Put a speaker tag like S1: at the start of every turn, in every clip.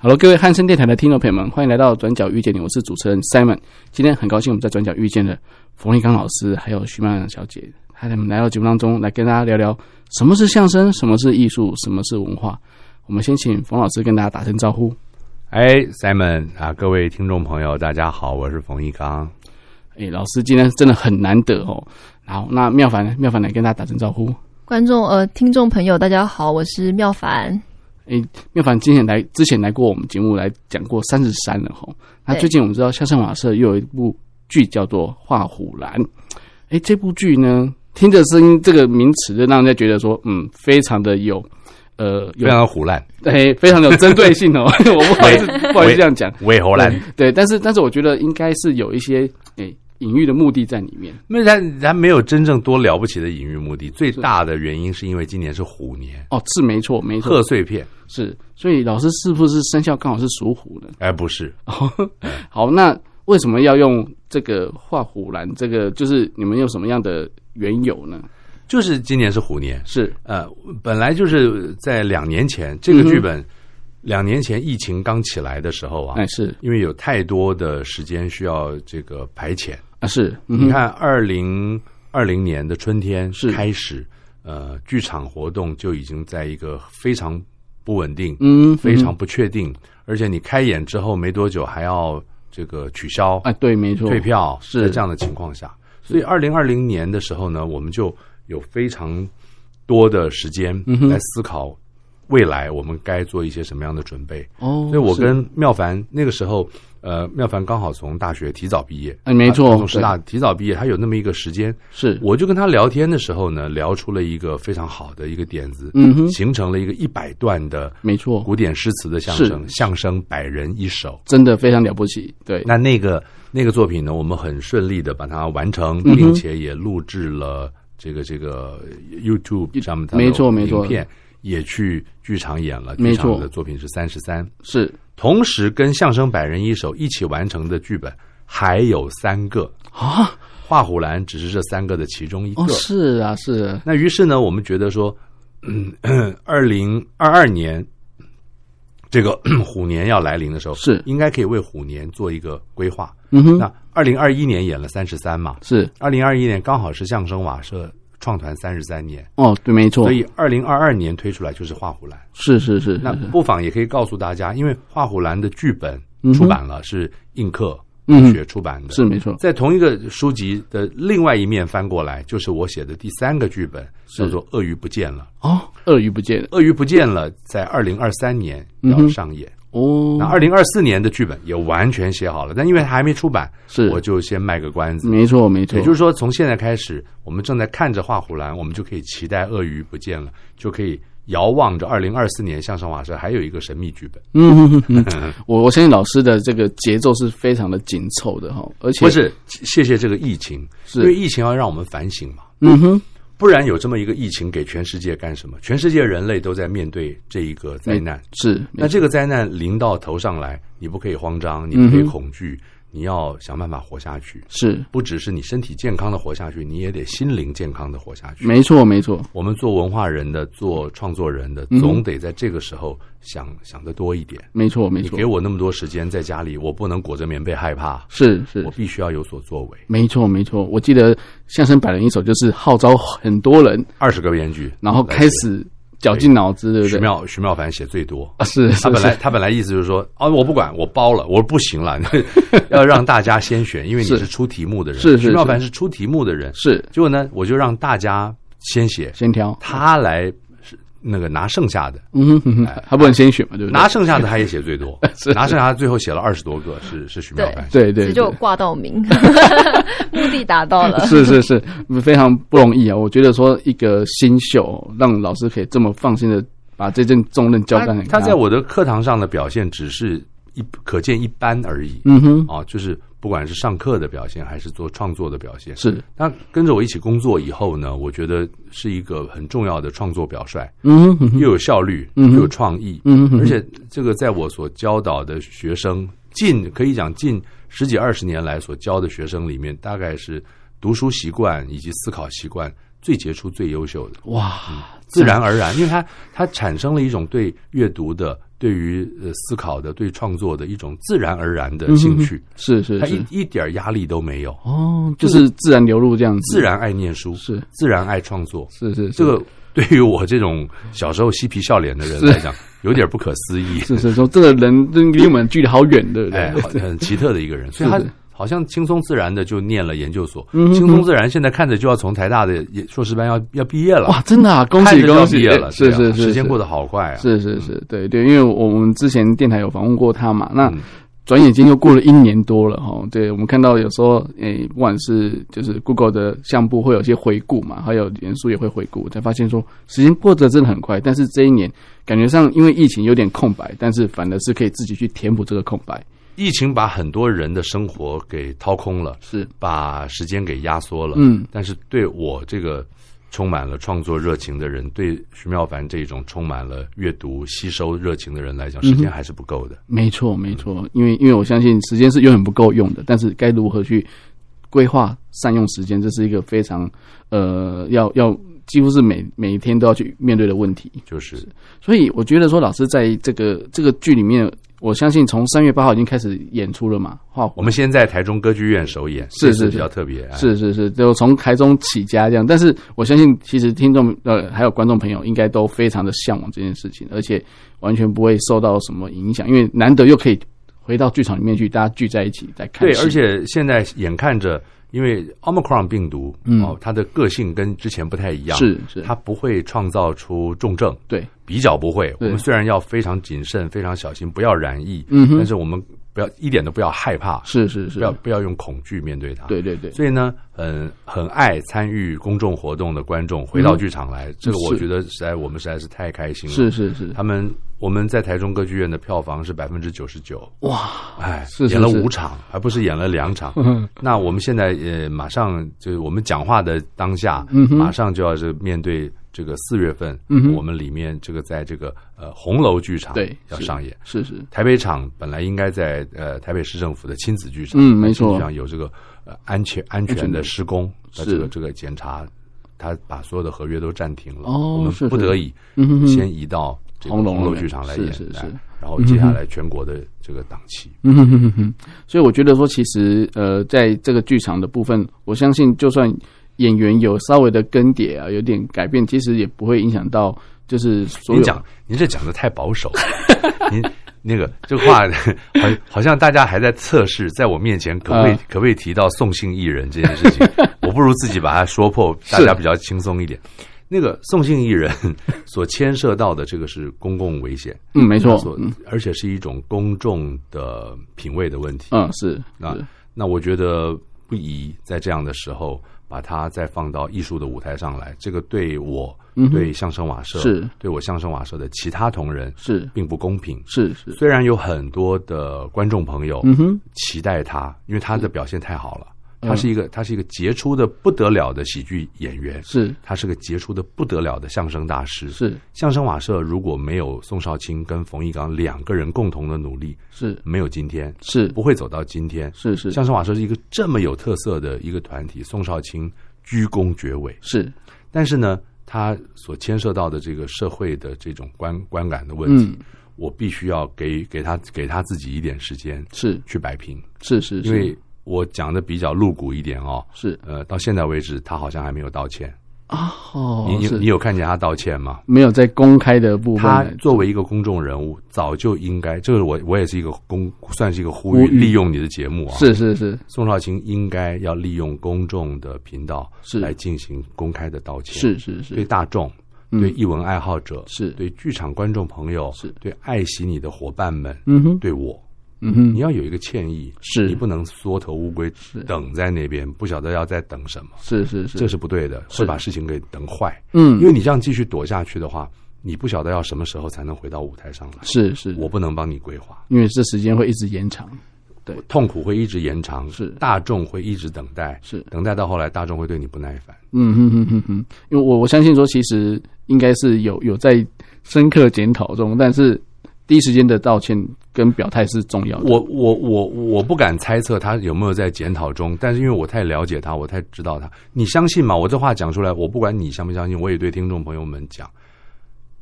S1: Hello，各位汉声电台的听众朋友们，欢迎来到《转角遇见你》，我是主持人 Simon。今天很高兴我们在《转角遇见》的冯立刚老师还有徐曼兰小姐，他们来到节目当中来跟大家聊聊什么是相声，什么是艺术，什么是文化。我们先请冯老师跟大家打声招呼。
S2: 哎，Simon 啊，各位听众朋友，大家好，我是冯一刚。
S1: 哎，老师今天真的很难得哦。然后那妙凡呢，妙凡来跟大家打声招呼。
S3: 观众呃，听众朋友，大家好，我是妙凡。
S1: 妙凡今天来之前来过我们节目来讲过三十三了吼。那
S3: 对
S1: 最近我们知道相声瓦舍又有一部剧叫做《画虎兰》，哎，这部剧呢，听着声音这个名词就让人家觉得说，嗯，非常的有，呃，
S2: 非
S1: 有
S2: 常胡乱，
S1: 哎，非常的有针对性哦。我 不好意思，不好意思这样讲。
S2: 伪胡乱。
S1: 对，但是但是我觉得应该是有一些哎隐喻的目的在里面。
S2: 那他他没有真正多了不起的隐喻目的，最大的原因是因为今年是虎年，
S1: 哦，是没错，没错
S2: 贺，岁片。
S1: 是。所以老师是不是生肖刚好是属虎的？
S2: 哎，不是，
S1: 哦， 好，那为什么要用这个画虎兰？这个就是你们有什么样的缘由呢？
S2: 就是今年是虎年。
S1: 是
S2: 呃，本来就是在两年前，这
S1: 嗯
S2: 个剧本、两年前疫情刚起来的时候啊，
S1: 哎，是
S2: 因为有太多的时间需要这个排遣。
S1: 啊，是，嗯
S2: 你
S1: 哼，
S2: 看，二零二零年的春天
S1: 是
S2: 开始，呃，剧场活动就已经在一个非常不稳定、
S1: 嗯，
S2: 非
S1: 嗯
S2: 常不确定，而且你开演之后没多久还要这个取消、
S1: 啊，对，没错，
S2: 退票，
S1: 是
S2: 在这样的情况下，所以二零二零年的时候呢，我们就有非常多的时间
S1: 嗯哼
S2: 来思考未来我们该做一些什么样的准备。
S1: 哦，
S2: 所以我
S1: 是
S2: 跟妙凡那个时候，呃，妙凡刚好从大学提早毕业，
S1: 哎没错
S2: 啊从师
S1: 对
S2: 大提早毕业，他有那么一个时间，
S1: 是，
S2: 我就跟他聊天的时候呢，聊出了一个非常好的一个点子，
S1: 嗯哼，
S2: 形成了一个一百段的
S1: 没错，
S2: 古典诗词的相声，相声百人一首。
S1: 真的非常了不起，对，
S2: 那那个那个作品呢，我们很顺利的把它完成，
S1: 嗯哼
S2: 并且也录制了这个这个 YouTube 上面它的
S1: 没错没错
S2: 影片也去剧场演了，
S1: 没
S2: 剧
S1: 错
S2: 场的作品是三十三。
S1: 是，
S2: 同时跟相声百人一首一起完成的剧本还有三个
S1: 啊，
S2: 画虎兰只是这三个的其中一个。
S1: 哦，是啊，是啊，
S2: 那于是呢，我们觉得说，嗯二零二二年这个虎年要来临的时候，
S1: 是
S2: 应该可以为虎年做一个规划。
S1: 嗯哼，
S2: 那二零二一年演了三十三嘛，
S1: 是，
S2: 二零二一年刚好是相声瓦舍创团三十三年，
S1: 哦，对，没错，
S2: 所以二零二二年推出来就是画虎兰。
S1: 是是是，
S2: 那
S1: 是是
S2: 不妨也可以告诉大家，因为画虎兰的剧本
S1: 嗯嗯哼
S2: 出版了，是映客
S1: 嗯哼
S2: 学出版的，
S1: 是没错，
S2: 在同一个书籍的另外一面翻过来，就是我写的第三个剧本，
S1: 是
S2: 叫做《鳄鱼不见了》。
S1: 哦，鳄鱼不见了，
S2: 《鳄鱼不见了》在二零二三年
S1: 嗯哼
S2: 要上演，
S1: 哦
S2: 那，二零二四年的剧本也完全写好了，但因为它还没出版，
S1: 是，
S2: 我就先卖个关子。
S1: 没错没错，
S2: 也就是说，从现在开始，我们正在看着画虎兰，我们就可以期待鳄鱼不见了，就可以遥望着二零二四年相声瓦舍还有一个神秘剧本。
S1: 嗯哼哼 哼，我我相信老师的这个节奏是非常的紧凑的哈，而且
S2: 不是，谢谢这个疫情，因为
S1: 是，
S2: 疫情要让我们反省嘛，
S1: 嗯哼，
S2: 不然有这么一个疫情给全世界干什么？全世界人类都在面对这一个灾难，
S1: 是，嗯
S2: 那
S1: 没
S2: 这个灾难临到头上来，你不可以慌张，你不可以恐惧，
S1: 嗯
S2: 你要想办法活下去。
S1: 是
S2: 不只是你身体健康的活下去，你也得心灵健康的活下去。
S1: 没错没错，
S2: 我们做文化人的，做创作人的
S1: 嗯，哼
S2: 总得在这个时候想想得多一点。
S1: 没错没
S2: 你
S1: 错
S2: 给，我那么多时间在家里，我不能裹着棉被害怕，
S1: 是是
S2: 我。必须要有所作为。
S1: 没错，没错。我记得相声百人一首就是号召很多人，
S2: 二十个编剧，
S1: 然后开始绞尽脑汁，对不
S2: 徐
S1: 对？
S2: 妙徐妙凡写最多。
S1: 啊，是是
S2: 他本来
S1: 是，
S2: 他本来意思就是说，哦，我不管，我包了，我说不行了， 要让大家先选，因为你
S1: 是
S2: 是出题目的人，
S1: 是是
S2: 徐妙凡是出题目的人，
S1: 是
S2: 结果呢，我就让大家先写，
S1: 先挑。
S2: 他来那个拿剩下的，
S1: 嗯哼哼哼，他不能先选嘛，对不对？
S2: 拿剩下的他也写最 多，拿剩下的最后写了二十多个，是是徐妙凡，
S1: 对对
S3: 这就
S1: 对，
S3: 挂到名，目的达到了。
S1: 是是是，非常不容易啊！我觉得说一个新秀，让老师可以这么放心的把这件重任交
S2: 他
S1: 办给
S2: 他在我的课堂上的表现只是一可见一般而已。
S1: 嗯哼，
S2: 啊，就是不管是上课的表现，还是做创作的表现，
S1: 是，
S2: 那跟着我一起工作以后呢，我觉得是一个很重要的创作表率，
S1: 嗯哼，嗯哼
S2: 又有效率，
S1: 嗯哼
S2: 又有创意，
S1: 嗯哼，
S2: 而且这个在我所教导的学生，近可以讲近十几二十年来所教的学生里面，大概是读书习惯以及思考习惯最杰出、最优秀的。
S1: 哇，
S2: 自然而
S1: 嗯
S2: 然，因为它它产生了一种对阅读的、对于呃思考的、对创作的一种自然而然
S1: 嗯
S2: 的兴趣，
S1: 是是
S2: 他
S1: 是，
S2: 一一点儿压力都没有，
S1: 哦，就是自然流露这样子，
S2: 自然爱念书，
S1: 是
S2: 自然爱创作。
S1: 是是，
S2: 这个对于我这种小时候嬉皮笑脸的人来讲，有点不可思议。
S1: 是是说这个人离我们距离好远，对不
S2: 哎，
S1: 对？
S2: 好很奇特的一个人，所以他
S1: 是的
S2: 好像轻松自然的就念了研究所，
S1: 嗯哼
S2: 轻松自然现在看着就要从台大的研硕士班要要毕业了，
S1: 哇，真的啊，恭
S2: 看
S1: 喜
S2: 着就要
S1: 恭
S2: 毕
S1: 喜
S2: 业了，，
S1: 是
S2: 这
S1: 是
S2: 样
S1: 是，
S2: 时间
S1: 是
S2: 过得好快啊，
S1: 是是是，对对，因为我们之前电台有访问过他嘛，那
S2: 嗯
S1: 转眼间又过了一年多了哈。对我们看到有时候，诶、不管是就是 Google 的项目会有一些回顾嘛，还有脸书也会回顾，才发现说时间过得真的很快。但是这一年感觉上因为疫情有点空白，但是反而是可以自己去填补这个空白。
S2: 疫情把很多人的生活给掏空了，
S1: 是，
S2: 把时间给压缩了，
S1: 嗯，
S2: 但是对我这个充满了创作热情的人，对徐妙凡这种充满了阅读、吸收热情的人来讲，
S1: 嗯
S2: 时间还是不够的。
S1: 没错没错，因为因为我相信时间是永远不够用的，但是该如何去规划善用时间，这是一个非常呃要要几乎是每每一天都要去面对的问题。
S2: 就是
S1: 所以我觉得说，老师在这个这个剧里面，我相信从三月八号已经开始演出了嘛，画
S2: 我
S1: 虎。
S2: 们先在台中歌剧院首演，
S1: 是
S2: 这
S1: 是
S2: 比
S1: 是
S2: 较特别，哎
S1: 是是是，就从台中起家这样，但是我相信，其实听众呃还有观众朋友应该都非常的向往这件事情，而且完全不会受到什么影响，因为难得又可以回到剧场里面去，大家聚在一起来看
S2: 对，
S1: 戏。
S2: 而且现在眼看着，因为 Omicron 病毒，
S1: 嗯
S2: 哦，它的个性跟之前不太一样，
S1: 是是，
S2: 它不会创造出重症，
S1: 对，
S2: 比较不会。我
S1: 对
S2: 们虽然要非常谨慎、非常小心，不要染疫，
S1: 嗯哼
S2: 但是我们不要一点都不要害怕，
S1: 是是是
S2: 不，要不要用恐惧面对它。，
S1: 对对对，
S2: 所以呢，很很爱参与公众活动的观众回到剧场来，这个我
S1: 嗯是
S2: 觉得实在我们实在是太开心了。
S1: 是是是，
S2: 他们我们在台中歌剧院的票房是百分之九十九，
S1: 哇，
S2: 哎，
S1: 是是
S2: 演了
S1: 是
S2: 五场，而不是演了两场。那我们现在呃，马上就是我们讲话的当下，
S1: 嗯哼
S2: 马上就要是面对这个四月份，
S1: 嗯哼
S2: 我们里面这个在这个呃红楼剧场
S1: 对，
S2: 要
S1: 是
S2: 上演。
S1: 是是，
S2: 台北场本来应该在呃台北市政府的亲子剧场，
S1: 嗯没错
S2: 亲子剧场有这个呃安全安
S1: 安
S2: 全
S1: 全
S2: 的
S1: 的
S2: 施工的
S1: 是
S2: 这个这个检查，他把所有的合约都暂停了，
S1: 哦
S2: 我们
S1: 是
S2: 不
S1: 是
S2: 得已
S1: 嗯哼哼
S2: 先移到这个
S1: 红楼
S2: 红楼
S1: 那边
S2: 剧场来
S1: 是
S2: 演，
S1: 是
S2: 哎
S1: 是
S2: 然后接下来全国的这个档期。
S1: 嗯哼哼哼哼， 所以我觉得说，其实呃，在这个剧场的部分，我相信就算演员有稍微的更迭啊，有点改变，其实也不会影响到就是所有
S2: 您讲，您这讲的太保 守了。您那个这个话，好好像大家还在测试，在我面前可不可以、
S1: 啊
S2: 可不可以提到送信艺人这件事 情？我不如自己把它说破，大
S1: 是
S2: 家比较轻松一点。
S1: 嗯
S2: 那个送信艺人所牵涉到的这个是公共危险，
S1: 嗯，没错，
S2: 所
S1: 嗯
S2: 而且是一种公众的品味的问题。
S1: 嗯是
S2: 那
S1: 是
S2: 那我觉得不宜在这样的时候把它再放到艺术的舞台上来，这个对我、
S1: 嗯哼
S2: 对相声瓦舍
S1: 是
S2: 对我相声瓦舍的其他同仁
S1: 是
S2: 并不公平。
S1: 是是，
S2: 虽然有很多的观众朋友
S1: 嗯哼，
S2: 期待他，因为他的表现太好了，
S1: 嗯
S2: 他是一个他是一个杰出的不得了的喜剧演员，
S1: 是
S2: 他是个杰出的不得了的相声大师。
S1: 是
S2: 相声瓦舍如果没有宋少卿跟冯一刚两个人共同的努力，
S1: 是
S2: 没有今天，
S1: 是
S2: 不会走到今天。
S1: 是是
S2: 相声瓦舍是一个这么有特色的一个团体，宋少卿鞠躬绝尾，
S1: 是，
S2: 但是呢，他所牵涉到的这个社会的这种观观感的问题，
S1: 嗯
S2: 我必须要给给他给他自己一点时间
S1: 是
S2: 去摆平，
S1: 是是，
S2: 因为我讲的比较露骨一点哦。
S1: 是
S2: 呃，到现在为止，他好像还没有道歉。
S1: 啊哦
S2: 你，你
S1: 是
S2: 你有看见他道歉吗？
S1: 没有在公开的部分
S2: 他
S1: 来
S2: 作为一个公众人物，早就应该，这个我我也是一个公，算是一个呼吁，
S1: 呼吁
S2: 利用你的节目啊。
S1: 是是是
S2: 宋少卿应该要利用公众的频道
S1: 是
S2: 来进行公开的道歉，
S1: 是是
S2: 对
S1: 是
S2: 大众、
S1: 嗯
S2: 对艺文爱好者、
S1: 是
S2: 对剧场观众朋友、
S1: 是
S2: 对爱惜你的伙伴们、
S1: 嗯哼
S2: 对我，
S1: 嗯哼，
S2: 你要有一个歉意，
S1: 是
S2: 你不能缩头乌龟等在那边，不晓得要在等什么，
S1: 是是是，
S2: 这是不对的，
S1: 是
S2: 会把事情给等坏。
S1: 嗯，
S2: 因为你这样继续躲下去的话，你不晓得要什么时候才能回到舞台上来。
S1: 是是，
S2: 我不能帮你规划，
S1: 因为这时间会一直延长，
S2: 痛苦会一直延长，
S1: 是
S2: 大众会一直等待，
S1: 是
S2: 等待到后来，大众会对你不耐烦。
S1: 嗯哼哼哼哼，因为我我相信说，其实应该是有有在深刻检讨中，但是第一时间的道歉跟表态是重要的。
S2: 我我我我不敢猜测他有没有在检讨中，但是因为我太了解他，我太知道他。你相信吗？我这话讲出来，我不管你相不相信，我也对听众朋友们讲，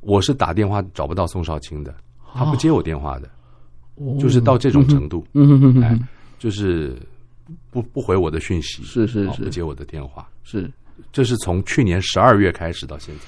S2: 我是打电话找不到宋少卿的，他不接我电话的，就是到这种程度，
S1: 哦嗯哼哼哼
S2: 哎
S1: 哼，，
S2: 就是不不回我的讯息，
S1: 是是
S2: 哦
S1: 是
S2: 不接我的电话。
S1: 是
S2: 这是从去年十二月开始到现在，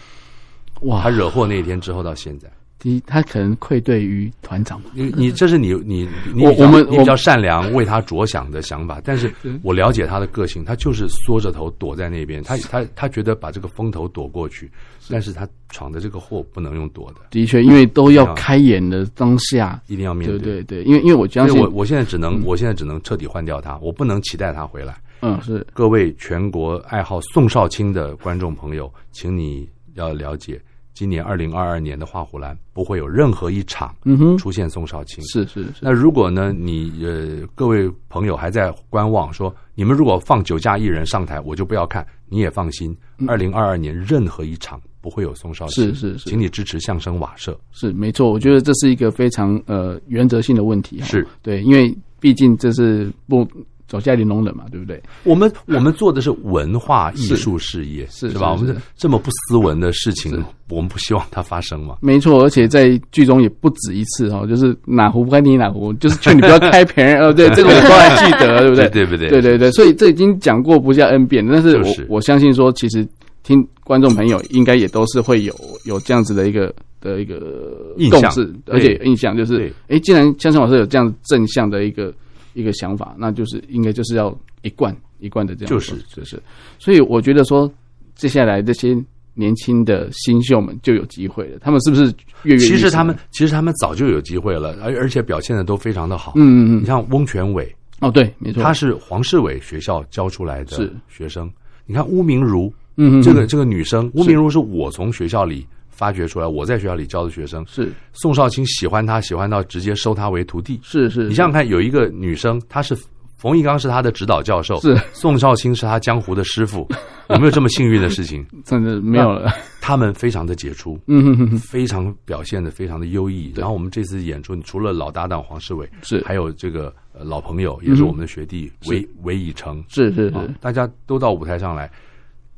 S1: 哇，
S2: 他惹祸那一天之后到现在，
S1: 第一他可能愧对于团长嘛，
S2: 你你这是你你你
S1: 我
S2: 比较
S1: 我们
S2: 你
S1: 我
S2: 比较善良为他着想的想法，但是我了解他的个性，他就是缩着头躲在那边，他他他觉得把这个风头躲过去，但是他闯的这个祸不能用躲的，
S1: 的确，因为都要开演的当下，
S2: 一定要嗯啊面
S1: 对对对，因为因为我相
S2: 所以
S1: 信
S2: 我，我现在只能我现在只能彻底换掉他，我不能期待他回来。
S1: 嗯，是
S2: 各位全国爱好宋少卿的观众朋友，请你要了解，今年二零二二年的画虎兰不会有任何一场
S1: 嗯哼，
S2: 出现宋少卿。
S1: 是是是，
S2: 那如果呢，你呃各位朋友还在观望，说你们如果放酒驾艺人上台，我就不要看，你也放心，二零二二年任何一场不会有宋少卿。
S1: 嗯是是是
S2: 请你支持相声瓦舍。
S1: 是没错，我觉得这是一个非常呃原则性的问题，啊
S2: 是
S1: 对，因为毕竟这是不走下玲珑人嘛，对不对？
S2: 我们我们做的是文化艺术事业，
S1: 是
S2: 吧？我
S1: 是
S2: 们
S1: 是
S2: 这这么不斯文的事
S1: 是
S2: 情，我们不希望它发生嘛。
S1: 没错，而且在剧中也不止一次哦，就是哪壶不开提哪壶，就是劝你不要开别人 哦。对，这个我都还记得，对不对？
S2: 对不对？
S1: 对对对，所以这已经讲过不下 n 遍，但是我、
S2: 就是
S1: 我相信说，其实听观众朋友应该也都是会有有这样子的一个的一个
S2: 印象
S1: 共识，
S2: 对
S1: 而且印象就是
S2: 对，
S1: 哎，既然香生老师有这样正向的一个一个想法，那就是应该就是要一贯一贯的这样做，
S2: 就是
S1: 就是，所以我觉得说，接下来这些。年轻的新秀们就有机会了，他们是不是跃跃欲试
S2: 其实他们其实他们早就有机会了，而而且表现的都非常的好。
S1: 嗯嗯
S2: 你
S1: 嗯，
S2: 像翁全伟，
S1: 哦对，没错，
S2: 他是黄世伟学校教出来的
S1: 是
S2: 学生。你看乌明如
S1: 嗯嗯
S2: 这个这个女生，乌明如是我从学校里发掘出来，我在学校里教的学生。
S1: 是
S2: 宋少卿喜欢她，喜欢到直接收她为徒弟。
S1: 是是，
S2: 你想想看，有一个女生，她是冯一刚是她的指导教授，
S1: 是
S2: 宋少卿是她江湖的师 傅，有没有这么幸运的事情？
S1: 真的没有了，
S2: 他们非常的杰出，
S1: 嗯哼哼哼，
S2: 非常表现的非常的优异。然后我们这次演出，除了老搭档黄世伟，
S1: 是
S2: 还有这个呃老朋友，也是
S1: 嗯哼
S2: 我们的学弟韦韦以成，
S1: 是是
S2: 啊
S1: 是，
S2: 大家都到舞台上来。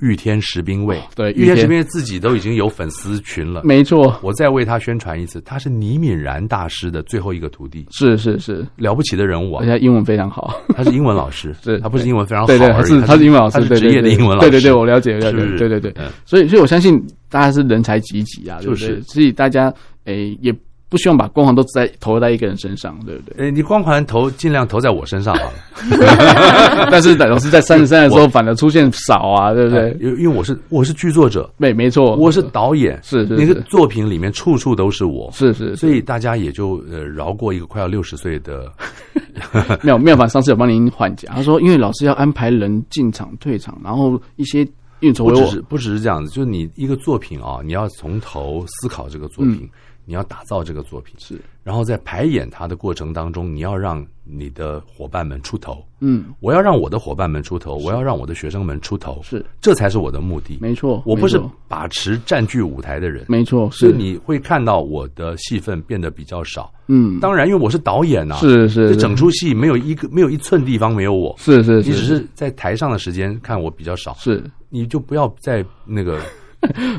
S2: 御天石兵卫，
S1: 哦对
S2: 御
S1: 御天
S2: 天石兵卫自己都已经有粉丝群了。
S1: 没错，
S2: 我再为他宣传一次，他是倪敏然大师的最后一个徒弟，
S1: 是是是，
S2: 了不起的人物
S1: 而
S2: 啊
S1: 且！他英文非常好，
S2: 他是英文老师
S1: 是，
S2: 他不是英文非常好
S1: 对对，
S2: 而已，
S1: 是
S2: 他
S1: 他是英文老师，
S2: 他
S1: 对
S2: 是职业的
S1: 对对
S2: 英文老师，
S1: 对对对，我了解了解
S2: 是不，是
S1: 对对对，
S2: 嗯
S1: 所以所以我相信大家是人才济济啊，对不
S2: 就
S1: 对？
S2: 是
S1: 所以大家诶也不希望把光环都在投在一个人身上，对不对？
S2: 呃，你光环投尽量投在我身上好了，
S1: 但是老师在三十三的时候反而出现少啊，对不对？
S2: 因呃为因为我是我是剧作者，
S1: 没没错，
S2: 我是导演，
S1: 是是
S2: 那个
S1: 是
S2: 作品里面处处都是我，
S1: 是是，
S2: 所以大家也就呃饶过一个快要六十岁的，
S1: 妙妙凡上次有帮您缓解，他说因为老师要安排人进场退场，然后一些运筹
S2: 不
S1: 帷
S2: 只是
S1: 幄，
S2: 不只是这样子，就是你一个作品啊，你要从头思考这个作
S1: 嗯
S2: 品，你要打造这个作品，
S1: 是
S2: 然后在排演它的过程当中，你要让你的伙伴们出头，
S1: 嗯
S2: 我要让我的伙伴们出头，我要让我的学生们出头，
S1: 是
S2: 这才是我的目的。
S1: 没错，
S2: 我不
S1: 没
S2: 是
S1: 错
S2: 把持占据舞台的人，
S1: 没错，
S2: 所
S1: 是
S2: 以你会看到我的戏份变得比较少。
S1: 嗯，
S2: 当然，因为我是导演呐、
S1: 是是
S2: 这
S1: 是
S2: 整出戏没有一个没有一寸地方没有我，
S1: 是是，
S2: 你只是在台上的时间看我比较少，
S1: 是
S2: 你就不要再那个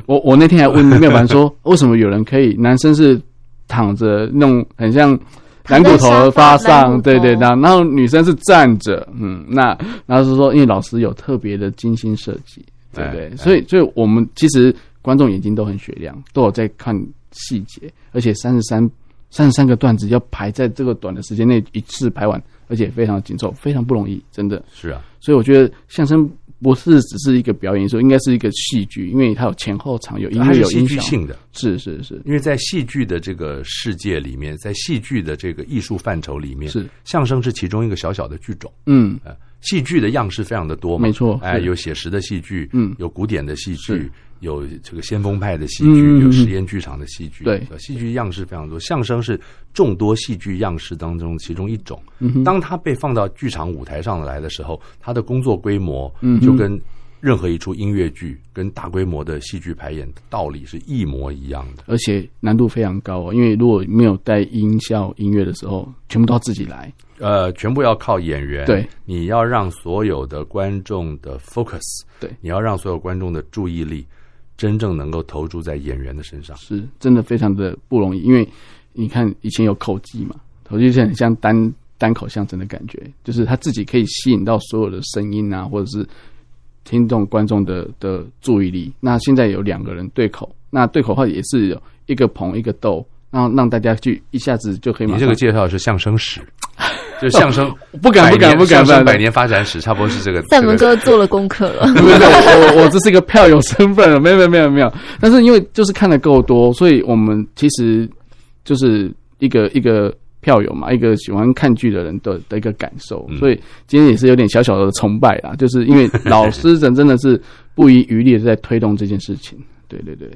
S1: 我我那天还问妙凡 说，为什么有人可以男生是躺着弄，很像
S3: 躺
S1: 男
S3: 在
S1: 骨头的发
S3: 沙发男
S1: 上，
S3: 骨
S1: 对对，
S3: 头
S1: 然后然后女生是站着，嗯，那然后是说因为老师有特别的精心设计，对不
S2: 哎
S1: 对？
S2: 哎
S1: 所以所以我们其实观众眼睛都很雪亮，都有在看细节，而且三十三三十三个段子要排在这个短的时间内一次排完，而且非常紧凑，非常不容易，真的。
S2: 是啊，
S1: 所以我觉得相声不是只是一个表演艺术，应该是一个戏剧，因为它有前后场，有音
S2: 它
S1: 乐，
S2: 是
S1: 有
S2: 戏
S1: 音
S2: 剧
S1: 效，
S2: 性的，
S1: 是是是
S2: 因为在戏剧的这个世界里面，在戏剧的这个艺术范畴里面，
S1: 是，
S2: 相声是其中一个小小的剧种。
S1: 嗯，
S2: 呃，戏剧的样式非常的多嘛，
S1: 没错
S2: 哎，
S1: 是
S2: 有写实的戏剧，
S1: 嗯
S2: 有古典的戏剧
S1: 是，
S2: 有这个先锋派的戏
S1: 嗯嗯
S2: 剧，
S1: 嗯
S2: 有实验剧场的戏剧，
S1: 对
S2: 呃戏剧样式非常多。相声是众多戏剧样式当中其中一种。
S1: 嗯哼，
S2: 当它被放到剧场舞台上来的时候，它的工作规模
S1: 嗯哼
S2: 就跟任何一出音乐剧跟大规模的戏剧排演道理是一模一样的。
S1: 而且难度非常高哦，因为如果没有带音效音乐的时候，全部都要自己来，
S2: 呃，全部要靠演员，
S1: 对，
S2: 你要让所有的观众的 focus，
S1: 对
S2: 你要让所有观众的注意力真正能够投注在演员的身上。
S1: 是真的非常的不容易，因为你看以前有口技嘛，口技就很像单单口相声的感觉，就是他自己可以吸引到所有的声音啊，或者是听众观众的的注意力。那现在有两个人对口，那对口的话也是有一个捧一个逗，然后让大家去一下子就可以马
S2: 你
S1: 上。
S2: 这个介绍是相 声史，就是相声
S1: 不敢不敢不敢
S2: 相
S1: 不敢
S2: 声百年发展史，差不多是这个。
S3: 在我们
S2: 这个
S3: 哥做了功课了。
S1: 不是我我我这是一个票友身份了，没有没有没有没有。但是因为就是看的够多，所以我们其实就是一个一个票友嘛，一个喜欢看剧的人的的一个感受。
S2: 嗯
S1: 所以今天也是有点小小的崇拜啦，就是因为老师人真的是不遗余力的在推动这件事情。对对对，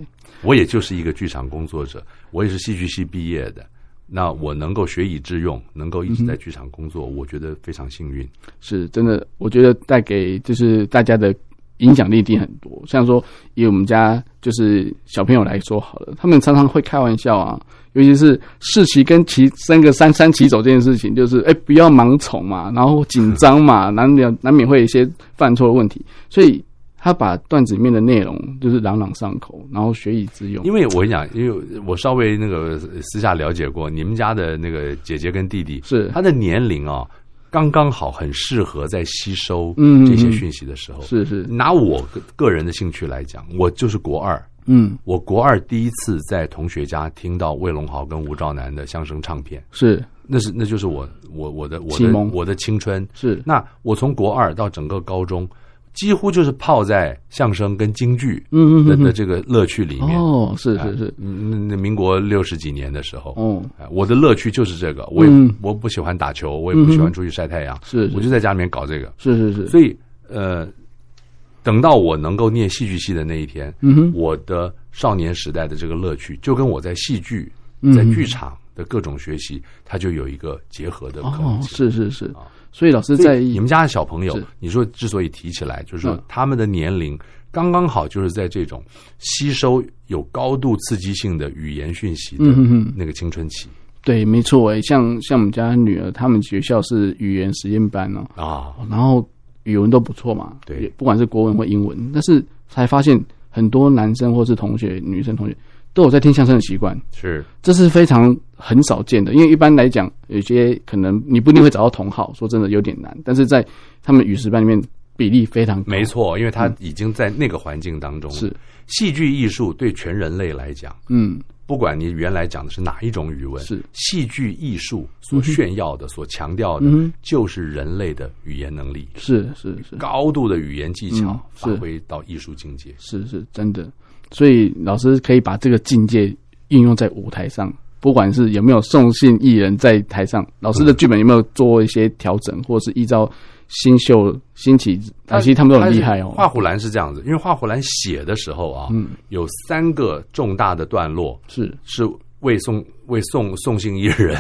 S2: 我也就是一个剧场工作者，我也是戏剧系毕业的。那我能够学以致用，能够一直在剧场工
S1: 嗯
S2: 作，我觉得非常幸运。
S1: 是真的，我觉得带给就是大家的影响力一定很多。像说以我们家就是小朋友来说好了，他们常常会开玩笑啊，尤其是世奇跟骑三个三三骑走这件事情，就是哎、不要盲从嘛，然后紧张 嘛，难免难免会有一些犯错的问题，所以他把段子里面的内容就是朗朗上口，然后学以致用。
S2: 因为我跟你讲，因为我稍微那个私下了解过，你们家的那个姐姐跟弟弟，
S1: 是
S2: 他的年龄啊、刚刚好，很适合在吸收
S1: 嗯
S2: 这些讯息的时候。
S1: 是是，
S2: 拿我个个人的兴趣来讲，我就是国二，
S1: 嗯，
S2: 我国二第一次在同学家听到魏龙豪跟吴兆南的相声唱片，
S1: 是
S2: 那是那就是我我我的我
S1: 启
S2: 的
S1: 蒙
S2: 我的青春。
S1: 是，
S2: 那我从国二到整个高中，几乎就是泡在相声跟京剧
S1: 嗯
S2: 的
S1: 嗯
S2: 的
S1: 嗯
S2: 这个乐趣里面。
S1: 哦，是是是，
S2: 嗯，那那民国六十几年的时候，
S1: 哦，
S2: 哎我的乐趣就是这个。我也、
S1: 嗯
S2: 我不喜欢打球，我也不喜
S1: 嗯
S2: 欢
S1: 哼
S2: 出去晒太阳，
S1: 是
S2: 我就在家里面搞这个。
S1: 是是是，
S2: 所以呃，等到我能够念戏剧系的那一天，
S1: 嗯哼，
S2: 我的少年时代的这个乐趣，就跟我在戏剧、
S1: 嗯
S2: 在剧场的各种学习，它就有一个结合的可
S1: 哦
S2: 能，性。
S1: 是是是
S2: 啊，
S1: 所以老师
S2: 所以
S1: 在
S2: 你们家的小朋友
S1: 是，
S2: 你说之所以提起来，就是
S1: 嗯
S2: 说他们的年龄刚刚好，就是在这种吸收有高度刺激性的语言讯息的
S1: 嗯嗯嗯，
S2: 那个青春期
S1: 对，没错诶，像像我们家女儿，他们学校是语言实验班哦，
S2: 啊，
S1: 然后语文都不错嘛，
S2: 对
S1: 也不管是国文或英文，但是才发现很多男生或是同学、女生同学都有在听相声的习惯，
S2: 是
S1: 这是非常很少见的，因为一般来讲，有些可能你不一定会找到同好，说真的有点难，但是在他们语实班里面比例非常高，
S2: 没，错，因为他已经在那个环境当中了。
S1: 嗯是，
S2: 戏剧艺术对全人类来讲。
S1: 嗯，
S2: 不管你原来讲的是哪一种语文，
S1: 是
S2: 戏剧艺术所炫耀的、所强调的
S1: 嗯哼，
S2: 就是人类的语言能力，
S1: 是是是，
S2: 高度的语言技巧
S1: 嗯
S2: 发
S1: 是
S2: 挥到艺术境界。
S1: 是是真的，所以老师可以把这个境界应用在舞台上，不管是有没有送信艺人在台上，老师的剧本有没有做一些调整，或者是依照新秀新起，啊，其实他们都很厉害
S2: 画
S1: 哦，嗯
S2: 虎兰是这样子，因为画虎兰写的时候啊，有三个重大的段落
S1: 是
S2: 是为宋为宋宋姓艺 人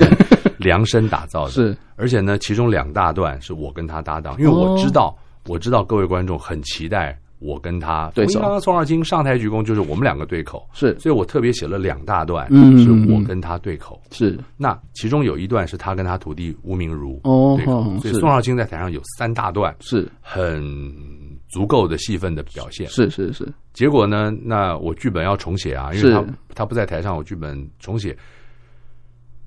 S2: 量身打造的，
S1: 是
S2: 而且呢，其中两大段是我跟他搭档，因为
S1: 哦
S2: 我知道，我知道各位观众很期待我跟他
S1: 对手
S2: 冯一刚、宋二金上台鞠躬，就是我们两个对口，
S1: 是
S2: 所以我特别写了两大段，
S1: 嗯
S2: 是我跟他对口。
S1: 是
S2: 那其中有一段是他跟他徒弟吴明如
S1: 哦
S2: 对口，
S1: 哦
S2: 所以
S1: 是
S2: 宋少卿在台上有三大段
S1: 是
S2: 很足够的戏份的表现。
S1: 是是是
S2: 结果呢，那我剧本要重写啊，因
S1: 是
S2: 为他他不在台上，我剧本重写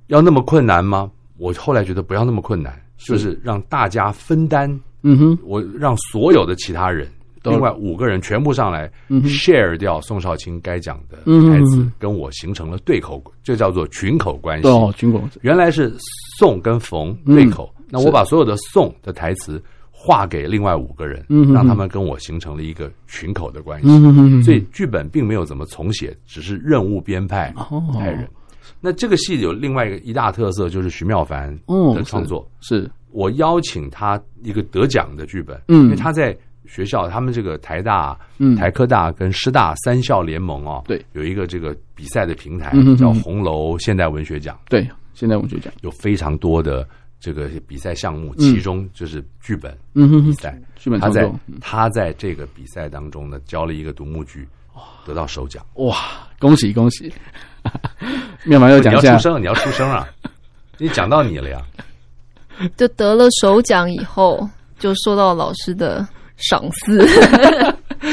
S2: 要那么困难吗？我后来觉得不要那么困难，就是让大家分担，
S1: 嗯哼
S2: 我让所有的其他人，
S1: 都
S2: 另外五个人全部上来
S1: 嗯哼
S2: share 掉宋少卿该讲的
S1: 嗯
S2: 台词
S1: 嗯，
S2: 跟我形成了对口，这叫做群口关系
S1: 对。哦，军国
S2: 原来是宋跟冯对口，那
S1: 嗯是
S2: 我把所有的宋的台词划给另外五个人，
S1: 嗯哼
S2: 让他们跟我形成了一个群口的关系。
S1: 嗯嗯嗯，
S2: 所以剧本并没有怎么重写，只是任务编派
S1: 哦，
S2: 派人。那这个戏有另外一个一大特色，就是徐妙凡
S1: 哦
S2: 的创作。
S1: 是，
S2: 我邀请他一个得奖的剧本，
S1: 嗯
S2: 因为他在学校，他们这个台大、
S1: 嗯，
S2: 台科大跟师大三校联盟哦，
S1: 对，
S2: 有一个这个比赛的平台
S1: 嗯哼
S2: 叫
S1: 哼
S2: 红楼现代文学奖，
S1: 对，现在我就讲，
S2: 有非常多的这个比赛项目，
S1: 嗯
S2: 其中就是剧本
S1: 嗯哼
S2: 比
S1: 哼，
S2: 赛。
S1: 剧本
S2: 他
S1: 创
S2: 在
S1: 作，嗯
S2: 他在这个比赛当中呢，教了一个独幕剧，得到首奖。
S1: 哇，恭喜恭喜！ 妙凡要
S2: 哦你
S1: 讲
S2: 要
S1: 一
S2: 出
S1: 下，
S2: 声，你要出 声啊！你讲到你了呀，
S3: 就得了首奖以后，就受到老师的赏识，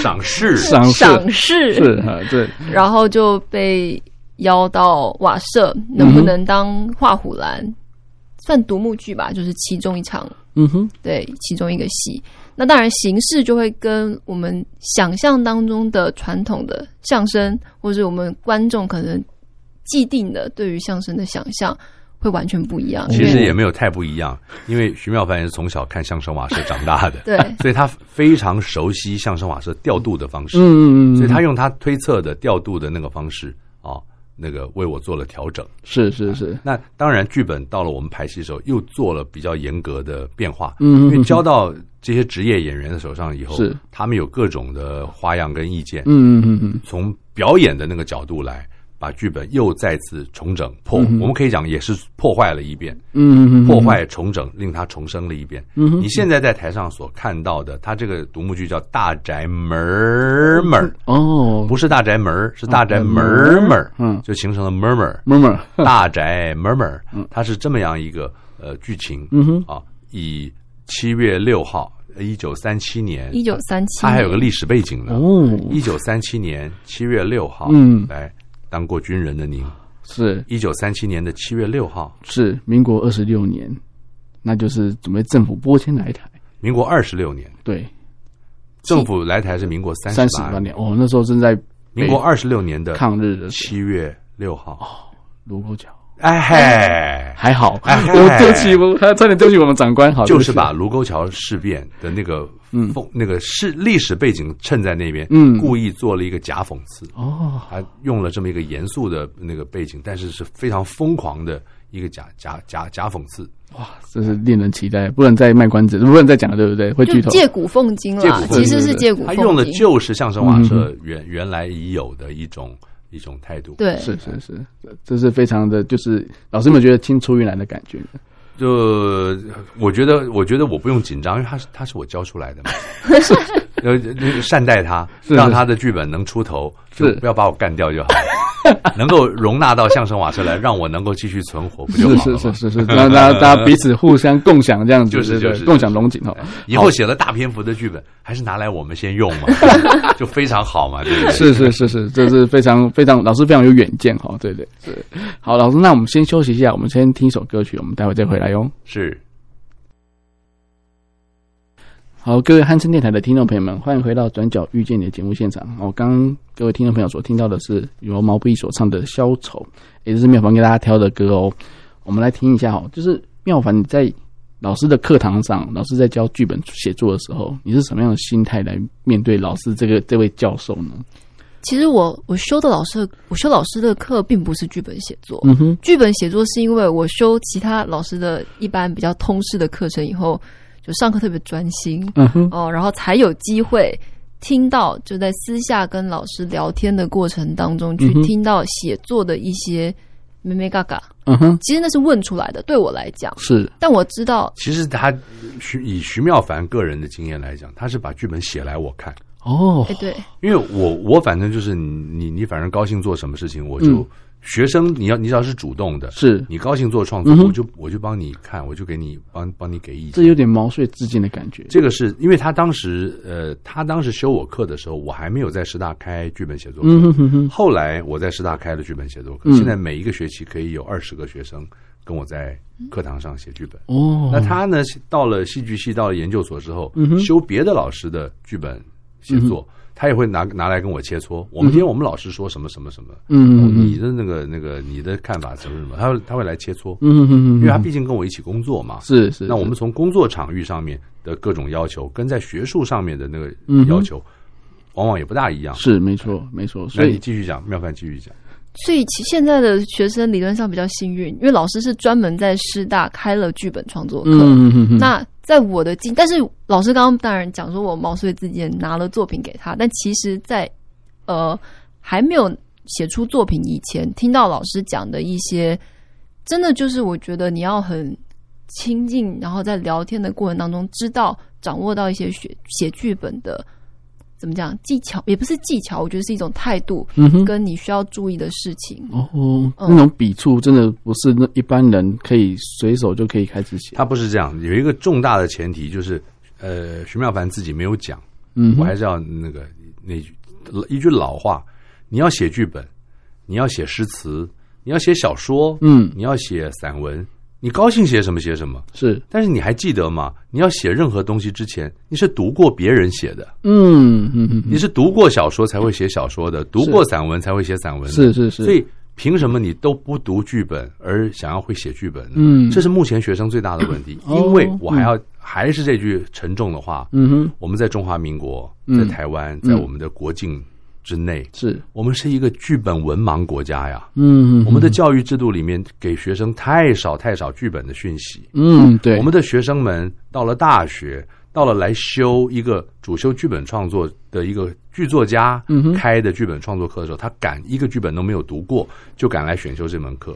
S2: 赏识
S1: 赏识
S3: 赏识
S1: 是啊，对，
S3: 然后就被邀到瓦舍，能不能当画虎兰？算独幕剧吧，就是其中一场，
S1: 嗯哼，
S3: 对，其中一个戏。那当然，形式就会跟我们想象当中的传统的相声，或者我们观众可能既定的对于相声的想象，会完全不一样。
S2: 其
S3: 因
S2: 实
S3: 为
S2: 也没有太不一样，因为徐妙凡也是从小看相声瓦舍长大的，
S3: 对，
S2: 所以他非常熟悉相声瓦舍调度的方式，
S1: 嗯嗯嗯，
S2: 所以他用他推测的调度的那个方式啊、那个为我做了调整。
S1: 是是是，
S2: 那当然，剧本到了我们排戏的时候，又做了比较严格的变化，
S1: 嗯，
S2: 因为
S1: 嗯
S2: 交到这些职业演员的手上以后，
S1: 是
S2: 他们有各种的花样跟意见，
S1: 嗯嗯嗯
S2: 从表演的那个角度来。把剧本又再次重整破，
S1: 嗯哼
S2: 我们可以讲也是破坏了一遍，
S1: 嗯嗯，
S2: 破坏重整，令它重生了一遍。
S1: 嗯哼
S2: 你现在在台上所看到的，它这个独幕剧叫《大宅门儿门儿》，
S1: 哦，
S2: 不
S1: 是
S2: 是大宅门儿，是大宅门儿门儿，
S1: 嗯
S2: 就形成了 murmur
S1: ，murmur，
S2: 大宅 murmur，它是这么样一个呃剧情
S1: 嗯哼，
S2: 啊，以七月六号，一九三七年，
S3: 一九三七，
S2: 它还有个历史背景呢。
S1: 哦，
S2: 一九三七年七月六号，
S1: 嗯
S2: 来当过军人的您，
S1: 是
S2: 一九三七年的七月六号，
S1: 是民国二十六年，那就是准备政府拨迁来台，
S2: 民国二十六年，
S1: 对，
S2: 政府来台是民国
S1: 三
S2: 三
S1: 十
S2: 十
S1: 八
S2: 八
S1: 年，哦，那时候正在
S2: 民国二十六年的
S1: 抗日哦的
S2: 七月六号。
S1: 卢沟桥，
S2: 哎嘿，
S1: 还好，
S2: 哎
S1: 我对不起，我还差点啊对不起我们长官，好，
S2: 就是把
S1: 吧，
S2: 卢沟桥事变的那个风，那个是历史背景衬在那边，
S1: 嗯
S2: 故意做了一个假讽刺，
S1: 哦，
S2: 还用了这么一个严肃的那个背景，但是是非常疯狂的一个假假假假讽刺，
S1: 这是令人期待，不能再卖关子，不能再讲了，对不对？会
S3: 就
S1: 剧透，
S3: 借古奉今
S2: 借古
S3: 啦
S2: 奉，今
S3: 其实是借古
S2: 他
S3: 奉今。
S2: 用的就是相
S1: 嗯
S2: 声瓦舍原原来已有的一种一种态度，
S3: 对，
S1: 是是是，这这是非常的，就是老师们觉得青出于蓝的感觉，
S2: 就我觉得，我觉得我不用紧张，因为他是他是我教出来的嘛，呃，呃善待他，
S1: 是
S2: 让他的剧本能出头，就是不要把我干掉就好了，能够容纳到相声瓦舍来，让我能够继续存活，不就是好了
S1: 是
S2: 吗？
S1: 是是是，让大家大家彼此互相共享这样子，
S2: 就
S1: 对
S2: 是
S1: 对
S2: 就是
S1: 共享龙井哦
S2: 哎，以后写了大篇幅的剧本，还是拿来我们先用 嘛，就非常好嘛，对不对？
S1: 是是是 是，这是非常非常老师非常有远见哈，对对对，好老师，那我们先休息一下，我们先听一首歌曲，我们待会再回来哟。
S2: 是
S1: 好，各位汉声电台的听众朋友们，欢迎回到《转角遇见你》的节目现场。哦，刚刚各位听众朋友所听到的是由毛不易所唱的《消愁》，也就是妙凡给大家挑的歌哦。我们来听一下哦，就是妙凡你在老师的课堂上，老师在教剧本写作的时候，你是什么样的心态来面对老师这个这位教授呢？
S3: 其实我我修的老师，我修老师的课并不是剧本写作。
S1: 嗯哼，
S3: 剧本写作是因为我修其他老师的一般比较通识的课程以后，就上课特别专心
S1: 嗯哼，
S3: 哦，然后才有机会听到就在私下跟老师聊天的过程当中去
S1: 嗯哼
S3: 听到写作的一些咩咩嘎嘎。
S1: 嗯哼，
S3: 其实那是问出来的，对我来讲，
S1: 是，
S3: 但我知道
S2: 其实他徐以徐妙凡个人的经验来讲，他是把剧本写来我看。
S1: 哦
S3: 哎，，对，
S2: 因为我我反正就是你你你反正高兴做什么事情，我就、
S1: 嗯
S2: 学生你要你只要是主动的，
S1: 是，
S2: 你高兴做创作，
S1: 嗯哼
S2: 我就我就帮你看，我就给你帮帮你给意
S1: 这
S2: 见。
S1: 有点毛遂自荐的感觉。
S2: 这个是因为他当时呃，他当时修我课的时候，我还没有在师大开剧本写作课。
S1: 嗯哼哼哼，
S2: 后来我在师大开了剧本写作课，
S1: 嗯
S2: 现在每一个学期可以有二十个学生跟我在课堂上写剧本。
S1: 哦，
S2: 那他呢，到了戏剧系，到了研究所之后，
S1: 嗯哼嗯
S2: 修别的老师的剧本写作，他也会拿拿来跟我切磋。我们今天我们老师说什么什么什么，
S1: 嗯
S2: 哦
S1: 嗯
S2: 你
S1: 嗯
S2: 的那个那个你的看法什么什么，他会他会来切磋，
S1: 嗯哼哼，
S2: 因为他毕竟跟我一起工作嘛。
S1: 是是，
S2: 那我
S1: 是
S2: 们从工作场域上面，的各种要求，跟在学术上面的那个
S1: 嗯哼
S2: 要求，往往也不大一样。
S1: 是没错
S3: 嗯
S1: 没错，
S2: 那
S1: 所
S2: 你
S1: 以
S2: 继续讲，妙凡继续讲。
S3: 所以其现在的学生理论上比较幸运，因为老师是专门在师大开了剧本创作课。
S1: 嗯嗯嗯，
S3: 那在我的经，但是老师刚刚当然讲说我毛遂自荐拿了作品给他，但其实在，呃还没有写出作品以前，听到老师讲的一些，真的就是我觉得你要很亲近，然后在聊天的过程当中，知道掌握到一些写写剧本的怎么讲技巧，也不是技巧，我觉得是一种态度，
S1: 嗯哼。
S3: 跟你需要注意的事情。
S1: 哦，
S3: 嗯
S1: 那种笔触真的不是那一般人可以随手就可以开始写。
S2: 他不是这样，有一个重大的前提就是，呃，徐妙凡自己没有讲，
S1: 嗯哼，
S2: 我还是要那个那句一句老话，你要写剧本，你要写诗词，你要写小说，
S1: 嗯
S2: 你要写散文，你高兴写什么写什么。
S1: 是
S2: 但是你还记得吗？你要写任何东西之前，你是读过别人写的，
S1: 嗯嗯嗯
S2: 你是读过小说才会写小说的，读过散文才会写散文
S1: 嗯，
S2: 的。
S1: 是是是，
S2: 所以凭什么你都不读剧本而想要会写剧本呢？
S1: 嗯
S2: 这是目前学生最大的问题，
S1: 哦
S2: 因为我还要、还是这句沉重的话，
S1: 嗯哼
S2: 我们在中华民国，在
S1: 嗯
S2: 台湾，
S1: 嗯
S2: 在我们的国境之内，
S1: 是
S2: 我们是一个剧本文盲国家呀。
S1: 嗯，嗯
S2: 我们的教育制度里面给学生太少太少剧本的讯息，
S1: 嗯对，
S2: 我们的学生们到了大学，到了来修一个主修剧本创作的一个剧作家
S1: 嗯哼
S2: 开的剧本创作课的时候，他敢一个剧本都没有读过，就敢来选修这门 课，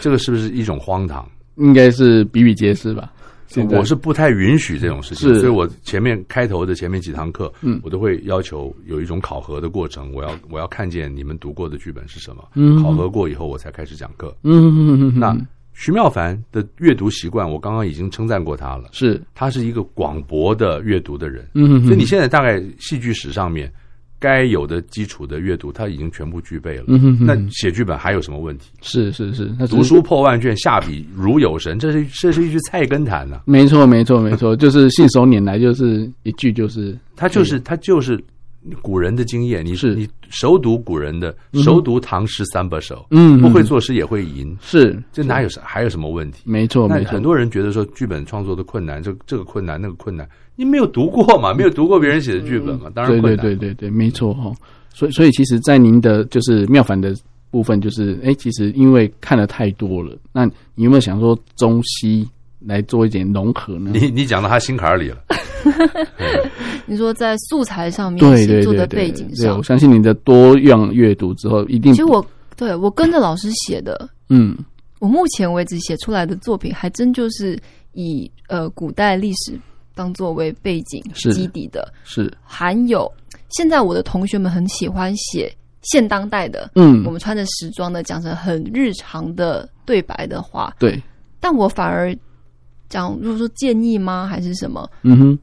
S2: 这个是不是一种荒唐？
S1: 应该是比比皆是吧？现在
S2: 我是不太允许这种事情，
S1: 是
S2: 所以我前面开头的前面几堂课，
S1: 嗯
S2: 我都会要求有一种考核的过程，我要我要看见你们读过的剧本是什么，
S1: 嗯
S2: 考核过以后我才开始讲课。
S1: 嗯嗯嗯，
S2: 那徐妙凡的阅读习惯，我刚刚已经称赞过他了。
S1: 是
S2: 他是一个广博的阅读的人，
S1: 嗯，
S2: 所以你现在大概戏剧史上面该有的基础的阅读，他已经全部具备了。
S1: 嗯哼哼
S2: 那写剧本还有什么问题？
S1: 是是是，那只
S2: 读
S1: 是
S2: 书破万卷，下笔如有神，这是这是一句菜根谭呐、
S1: 没错没错没 错，就是信手拈来，就是一句就是
S2: 他就是他就是古人的经验，你
S1: 是
S2: 你熟读古人的，
S1: 嗯哼
S2: 熟读唐诗三百首，
S1: 嗯
S2: 不会作诗也会吟，
S1: 是
S2: 这哪有什还有什么问题？
S1: 没错
S2: 那
S1: 没错
S2: 很，多人觉得说剧本创作的困难，这这个困难那个困难，你没有读过嘛，没有读过别人写的剧本嘛，当然
S1: 对
S2: 困难
S1: 对
S2: 嘛。
S1: 嗯对对对，没错哈、哦。所以所以其实，在您的就是妙凡的部分，就是哎，其实因为看的太多了，那你有没有想说中西来做一点融合呢？
S2: 你你讲到他心坎儿里了，
S3: 你说在素材上面、
S1: 对
S3: 写
S1: 对
S3: 作的
S1: 对
S3: 背
S1: 对，
S3: 景
S1: 对
S3: 上
S1: 我，相信你的多样阅读之后，一定
S3: 其实我对我跟着老师写的，
S1: 嗯
S3: 我目前为止写出来的作品，还真就是以呃古代历史当作为背景
S1: 是
S3: 基底的，
S1: 是
S3: 含有现在我的同学们很喜欢写现当代的，
S1: 嗯
S3: 我们穿着时装的讲成很日常的对白的话，
S1: 对
S3: 但我反而讲，如果说建议吗，还是什么，
S1: 嗯哼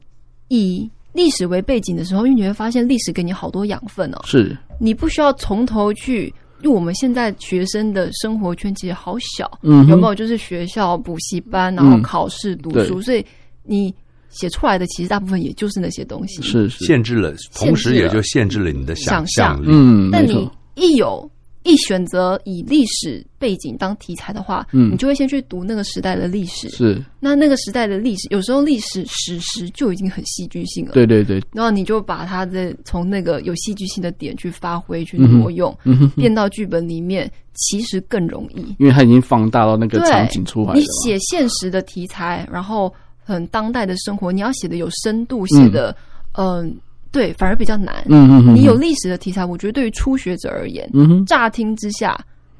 S3: 以历史为背景的时候，因为你会发现历史给你好多养分哦，
S1: 是
S3: 你不需要从头去。因为我们现在学生的生活圈其实好小，
S1: 嗯哼
S3: 有没有就是学校补习班，然后
S1: 嗯
S3: 考试读
S1: 对
S3: 书，所以你写出来的其实大部分也就是那些东西。，
S1: 是是
S2: 限制了，
S3: 制了
S2: 同时也就限制了你的想象力。
S1: 嗯
S3: 但
S1: 没
S3: 你
S1: 错
S3: 一有一选择以历史背景当题材的话，
S1: 嗯
S3: 你就会先去读那个时代的历史。
S1: 是
S3: 那那个时代的历史，有时候历史史实就已经很戏剧性了。
S1: 对对对
S3: 然后你就把它的从那个有戏剧性的点去发挥、去
S1: 嗯哼
S3: 挪用，
S1: 嗯哼哼，
S3: 变到剧本里面，其实更容易。
S1: 因为它已经放大到那个
S3: 对
S1: 场景出来了嘛，
S3: 你写现实的题材，然后很当代的生活，你要写的有深度，写的嗯、对，反而比较难。
S1: 嗯嗯嗯，
S3: 你有
S1: 嗯
S3: 历史的题材，我觉得对于初学者而言，
S1: 嗯哼
S3: 乍听之下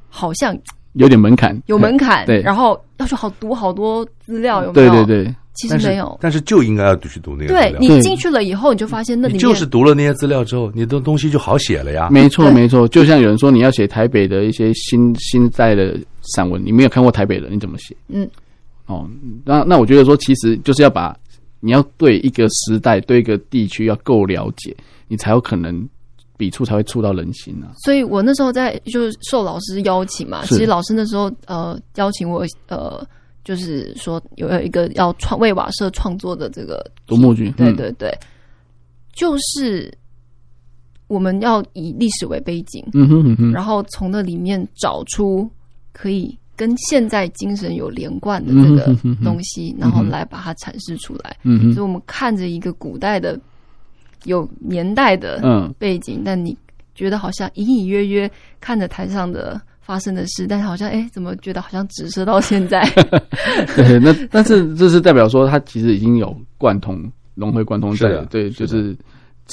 S3: 好像
S1: 有点门槛，
S3: 有门槛，
S1: 对
S3: 然后要去好读好多资料，有没
S1: 对
S3: 有？
S1: 对，对
S3: 其实
S2: 但是
S3: 没有。
S2: 但是就应该要去读那个资
S3: 对
S2: 料。
S3: 你进去了以后，你就发现那里
S2: 你
S3: 面
S2: 就是读了那些资料之后，你的东西就好写了呀。
S1: 没错
S3: 对
S1: 没错，就像有人说你要写台北的一些新新代的散文，你没有看过台北的，你怎么写？
S3: 嗯，
S1: 哦，那那我觉得说，其实就是要把你要对一个时代、对一个地区要够了解，你才有可能笔触才会触到人心啊。
S3: 所以我那时候在就是受老师邀请嘛，
S1: 是
S3: 其实老师那时候呃邀请我呃就是说有有一个要创为瓦舍创作的这个，
S1: 独幕剧，
S3: 对
S1: 嗯，
S3: 对对，就是我们要以历史为背景，
S1: 嗯哼嗯哼，
S3: 然后从那里面找出可以。跟现在精神有连贯的这个
S1: 嗯哼哼哼
S3: 东西，然后来把它阐释出来。
S1: 嗯
S3: 所以
S1: 哼，
S3: 我们看着一个古代的有年代的
S1: 嗯，
S3: 背景，但你觉得好像隐隐约约看着台上的发生的事，但好像哎，怎么觉得好像直射到现 在？
S1: 对，那但是这是代表说，它其实已经有贯通融会贯通在
S2: 是的，
S1: 对，就是
S2: 的
S1: 是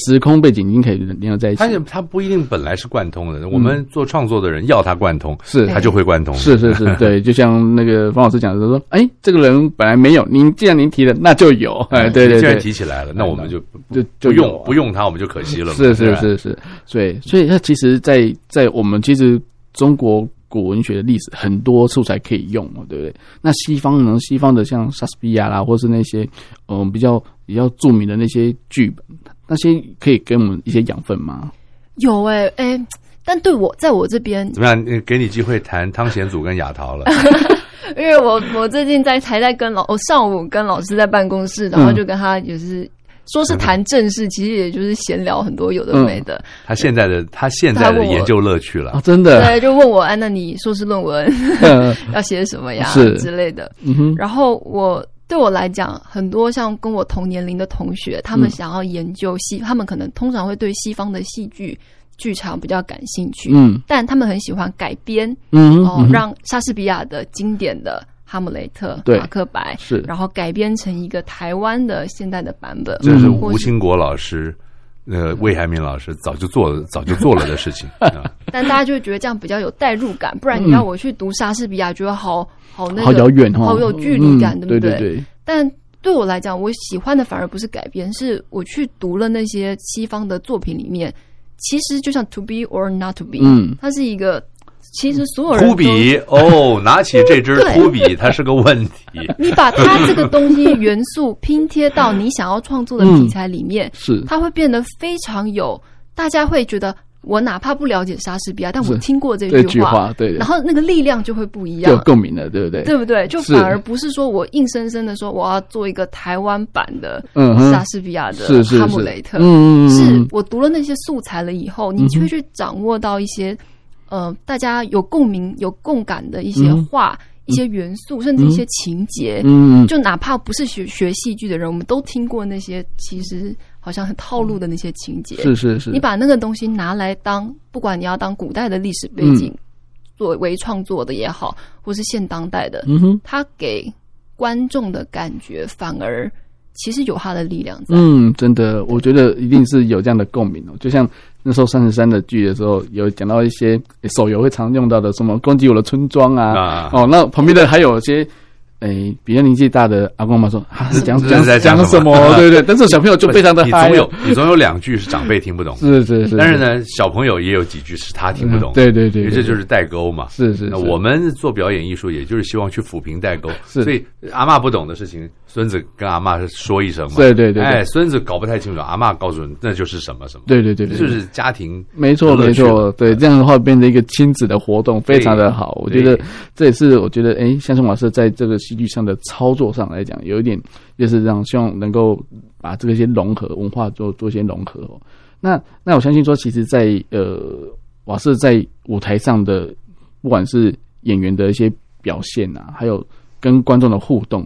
S1: 时空背景已经可以联合在一起
S2: 他，也他不一定本来是贯通
S1: 嗯
S2: 的，我们做创作的人要他贯通，
S1: 是
S2: 他就会贯通。
S1: 是是是， 对，就像那个方老师讲的，他说，哎，这个人本来没有，您既然您提了，那就 有，哎，对对
S2: 既然
S1: 对，
S2: 提起来了，那我们就
S1: 就就
S2: 就
S1: 有
S2: 用
S1: 啊
S2: 不用它，我们就可惜了嘛。
S1: 是是
S2: 对吧，
S1: 是是，对，所以它其实在，在我们其实中国古文学的历史很多素材可以用嘛，对不对？那西方呢？西方的像莎士比亚啦，或是那些嗯、比较比较著名的那些剧本，那些可以给我们一些养分吗？
S3: 有哎、哎、但对我在我这边，
S2: 怎么样？呃给你机会谈汤显祖跟雅桃 了。
S3: 因为我我最近在还在跟老，我上午跟老师在办公室，然后就跟他就是。说是谈正事，其实也就是闲聊很多有的没
S1: 嗯
S3: 的。
S2: 他现在的他现在的研究乐趣
S1: 啊，
S2: 了，
S1: 真的，
S3: 对，就问我，哎、那你硕士论文
S1: 呃
S3: 要写什么呀
S1: 是
S3: 之类的。
S1: 嗯哼，
S3: 然后我对我来讲，很多像跟我同年龄的同学，他
S1: 嗯
S3: 们想要研究西，他们可能通常会对西方的戏剧剧场比较感兴趣，
S1: 嗯
S3: 但他们很喜欢改编
S1: 嗯哼，
S3: 哦
S1: 嗯，哼
S3: 让莎士比亚的经典的《哈姆雷特》
S1: 对
S3: 马克白》，
S1: 是
S3: 然后改编成一个台湾的现代的版本，嗯
S2: 这
S1: 嗯
S2: 是
S3: 或
S2: 吴兴国老师。呃，魏海敏老师早就 做了，早就做了的事情。啊
S3: 但大家就会觉得这样比较有代入感，不然
S1: 嗯
S3: 你要我去读莎士比亚，觉得好好那个
S1: 好遥远哦，
S3: 好有距离感，
S1: 嗯
S3: 对不
S1: 对对，
S3: 但对我来讲，我喜欢的反而不是改编，是我去读了那些西方的作品里面，其实就像 to be or not to be，、
S1: 嗯
S3: 它是一个其实所有人
S2: 枯
S3: 都，
S2: 笔哦，拿起这 支
S3: 对
S2: 枯笔，它是个问题。
S3: 你把它这个东 西元素拼贴到你想要创作的
S1: 嗯
S3: 题材里面，
S1: 是，
S3: 它会变得非常有，大家会觉得我哪怕不了解莎士比亚，但我
S1: 是
S3: 听过这
S1: 这
S3: 句
S1: 句
S3: 话，
S1: 话对，
S3: 然后那个力量就会不一
S1: 就有
S3: 样。
S1: 共鸣了，对不对？
S3: 对不对？就是反而不是说我硬生生的说我要做一个台湾版的
S1: 嗯哼
S3: 莎士比亚的
S1: 是是是，
S3: 哈姆雷特，
S1: 嗯嗯嗯
S3: 是
S1: 嗯
S3: 我读了那些素材了以后，你就会去掌握到一些、呃大家有共鸣、有共感的一些
S1: 嗯
S3: 话、一些元素，甚至一些情节。
S1: 嗯，嗯
S3: 就哪怕不是学学戏剧的人，我们都听过那些其实好像很套路的那些情节。
S1: 是是是，
S3: 你把那个东西拿来当，不管你要当古代的历史背景、
S1: 嗯
S3: 作为创作的也好，或是现当代的，
S1: 嗯哼，
S3: 它给观众的感觉反而其实有它的力量在。
S1: 嗯，真的，我觉得一定是有这样的共鸣哦。就像那时候三十三的剧的时候，有讲到一些诶手游会常用到的什么攻击我的村庄啊，
S2: 啊，
S1: 哦，那旁边的还有一些。诶，比较年纪大的阿公妈说：“啊，是讲
S2: 这
S1: 讲
S2: 是在讲
S1: 讲
S2: 什么
S1: 么？对对。”但是小朋友 就非常的
S2: 你
S1: 嗨
S2: 总
S1: 哦，
S2: 有你总有两句是长辈听不 懂，
S1: 是是是，
S2: 但是呢，小朋友也有几句是他听不懂
S1: 嗯。对对对，
S2: 因为
S1: 对
S2: 这就是代沟嘛。
S1: 是是是
S2: 那我们做表演艺术，也就是希望去抚平代沟。
S1: 是
S2: 所以阿嬷不懂的事情，孙子跟阿嬷说一声嘛。
S1: 对对对对
S2: 哎，孙子搞不太清楚，阿嬷告诉你那就是什么什么。
S1: 对对对对，
S2: 这就是家庭。
S1: 没错，
S2: 乐
S1: 没
S2: 趣
S1: 错
S2: 了，
S1: 对，这样的话变成一个亲子的活动，非常的好。我觉
S2: 对
S1: 得这也是我觉得，哎，相声老师在这个戏剧上的操作上来讲，有一点就是让希望能够把这个一些融合文化做做一些融合、哦。那那我相信说，其实在，呃瓦舍在舞台上的，不管是演员的一些表现啊，还有跟观众的互动。